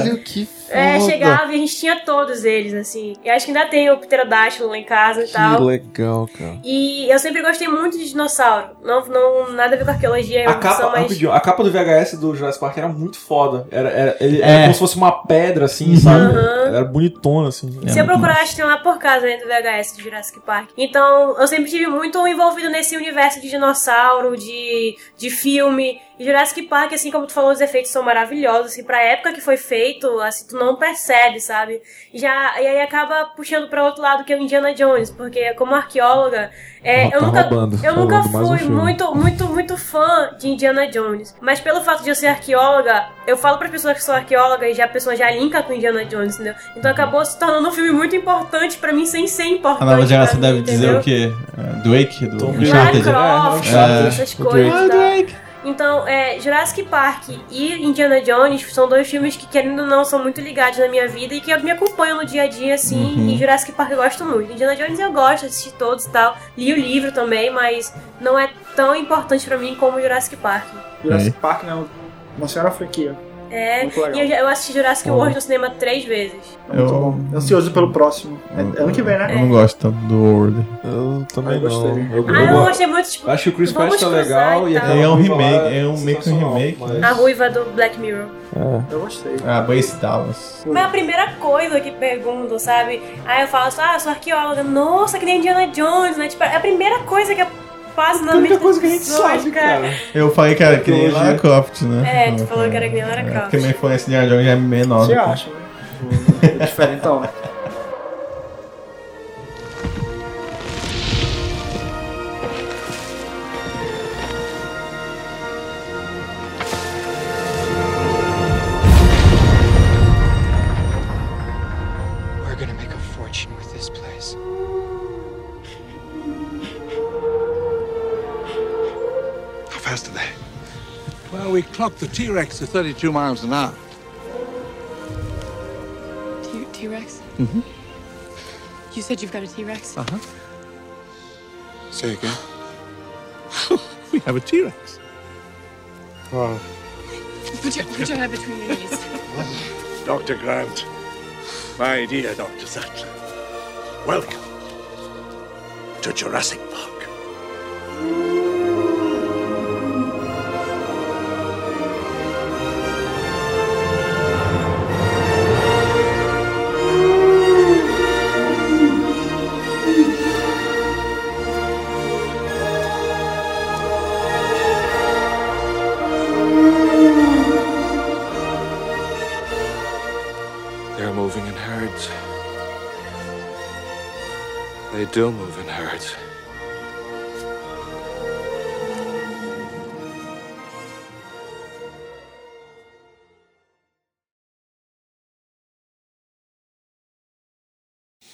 B: entendeu?
E: que foda.
B: um É, chegava e a gente tinha todos eles, assim. E acho que ainda tem o pterodátilo lá em casa e tal.
E: Que legal, cara.
B: E eu sempre gostei muito de dinossauro. Não, não nada a ver com arqueologia, é
E: A
B: uma opção
E: capa,
B: mais.
E: rapidinho, a capa do VHS do Jurassic Park era muito foda. Era, era, ele-
D: É.
E: era como se fosse uma pedra, assim, sabe?
B: Uhum.
E: Era bonitona, assim.
B: Se eu procurasse, tem lá por casa né, do VHS de Jurassic Park. Então, eu sempre tive muito envolvido nesse universo de dinossauro, de, de filme. E Jurassic Park, assim como tu falou, os efeitos são maravilhosos. Assim, pra época que foi feito, assim, tu não percebe, sabe? Já, e aí acaba puxando pra outro lado, que é o Indiana Jones. Porque como arqueóloga, é,
P: Ó, tá
B: eu nunca,
P: roubando,
B: eu nunca
P: falando mais um
B: fui
P: filme.
B: muito muito, muito, muito fã de Indiana Jones. Mas pelo fato de eu ser arqueóloga, eu falo para pessoas que são arqueólogas e já a pessoa já linka com Indiana Jones, entendeu? Então acabou se tornando um filme muito importante pra mim sem ser importante.
D: A nova geração
B: pra mim,
D: deve dizer
B: entendeu?
D: o quê? É, Drake, do
B: Lara
D: Uncharted.
B: Croft,
D: É,
B: essas
D: o Drake.
B: coisas. e tal. Então, é, Jurassic Park e Indiana Jones são dois filmes que, querendo ou não, são muito ligados na minha vida e que me acompanham no dia a dia, assim.
D: Uhum.
B: E Jurassic Park eu gosto muito. Indiana Jones eu gosto, assisti todos e tal. Li o livro também, mas não é tão importante pra mim como Jurassic Park.
F: Jurassic Park, né? Uma senhora franquia.
B: É,
F: Muito legal.
B: e eu, já- eu assisti Jurassic
D: Pô.
B: World no cinema três vezes.
F: É muito bom. Ansioso pelo próximo. É é ano que vem, né?
D: Eu não gosto tanto do World.
E: Eu também
F: gostei.
E: não.
B: Ah, eu não gostei muito, tipo,
E: Acho que o Chris
B: vamos
E: Pratt tá
B: cruzar
E: legal.
B: e
E: E
B: tal.
E: aquela
D: É um
E: ruiva lá
D: remake,
E: é
D: é um meio que um remake.
B: A ruiva do Black Mirror.
F: Eu gostei.
D: Ah, Brace Dallas.
B: Mas a primeira coisa que perguntam, sabe? Aí eu falo, assim, ah, sou arqueóloga. Nossa, que nem Indiana Jones, né? Tipo, é a primeira coisa que passa
E: é
B: na mente coisa que a gente sabe, cara.
D: Eu falei que era que nem
E: Tecnologia.
D: Lara Croft, né?
B: É, tu falou que era que nem Lara
D: É,
B: Croft.
D: porque minha influência de Indiana Jones já é menor.
F: Você
D: né?
F: acha, né? Diferentão, né?
C: we clocked the T-Rex to 32 miles an hour.
M: T- T-Rex?
C: Mm-hmm.
M: You said you've got a T-Rex?
C: Uh-huh. Say again. we have a T-Rex. Wow.
M: Put your, put your head between your knees.
C: Dr. Grant. My dear Dr. Sattler. Welcome to Jurassic Park.
Q: They're moving in herds. They do move in herds.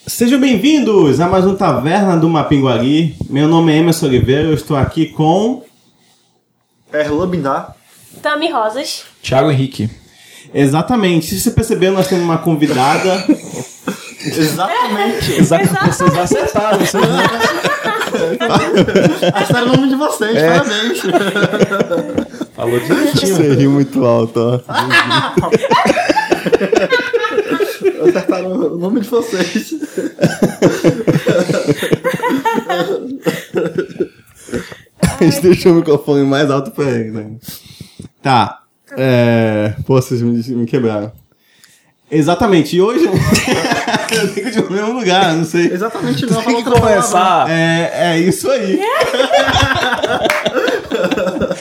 D: Sejam bem-vindos a mais um Taverna do Mapinguari. Meu nome é Emerson Oliveira, eu estou aqui com.
E: Erlan Binar.
B: Tami Rosas.
D: Thiago Henrique. Exatamente. Se você perceber, nós temos uma convidada.
E: Exatamente.
D: Exatamente.
R: Vocês acertaram, vocês
E: Acertaram o nome de vocês,
D: É.
E: parabéns.
D: Falou direitinho. Você riu muito alto, ó.
E: Acertaram o nome de vocês.
D: A gente deixou o microfone mais alto pra ele, né? Tá. É... Pô, vocês me, me quebraram. Exatamente. E hoje. Eu fico de no mesmo lugar, não sei.
E: Exatamente, não.
D: Tem que começar. É, é isso aí.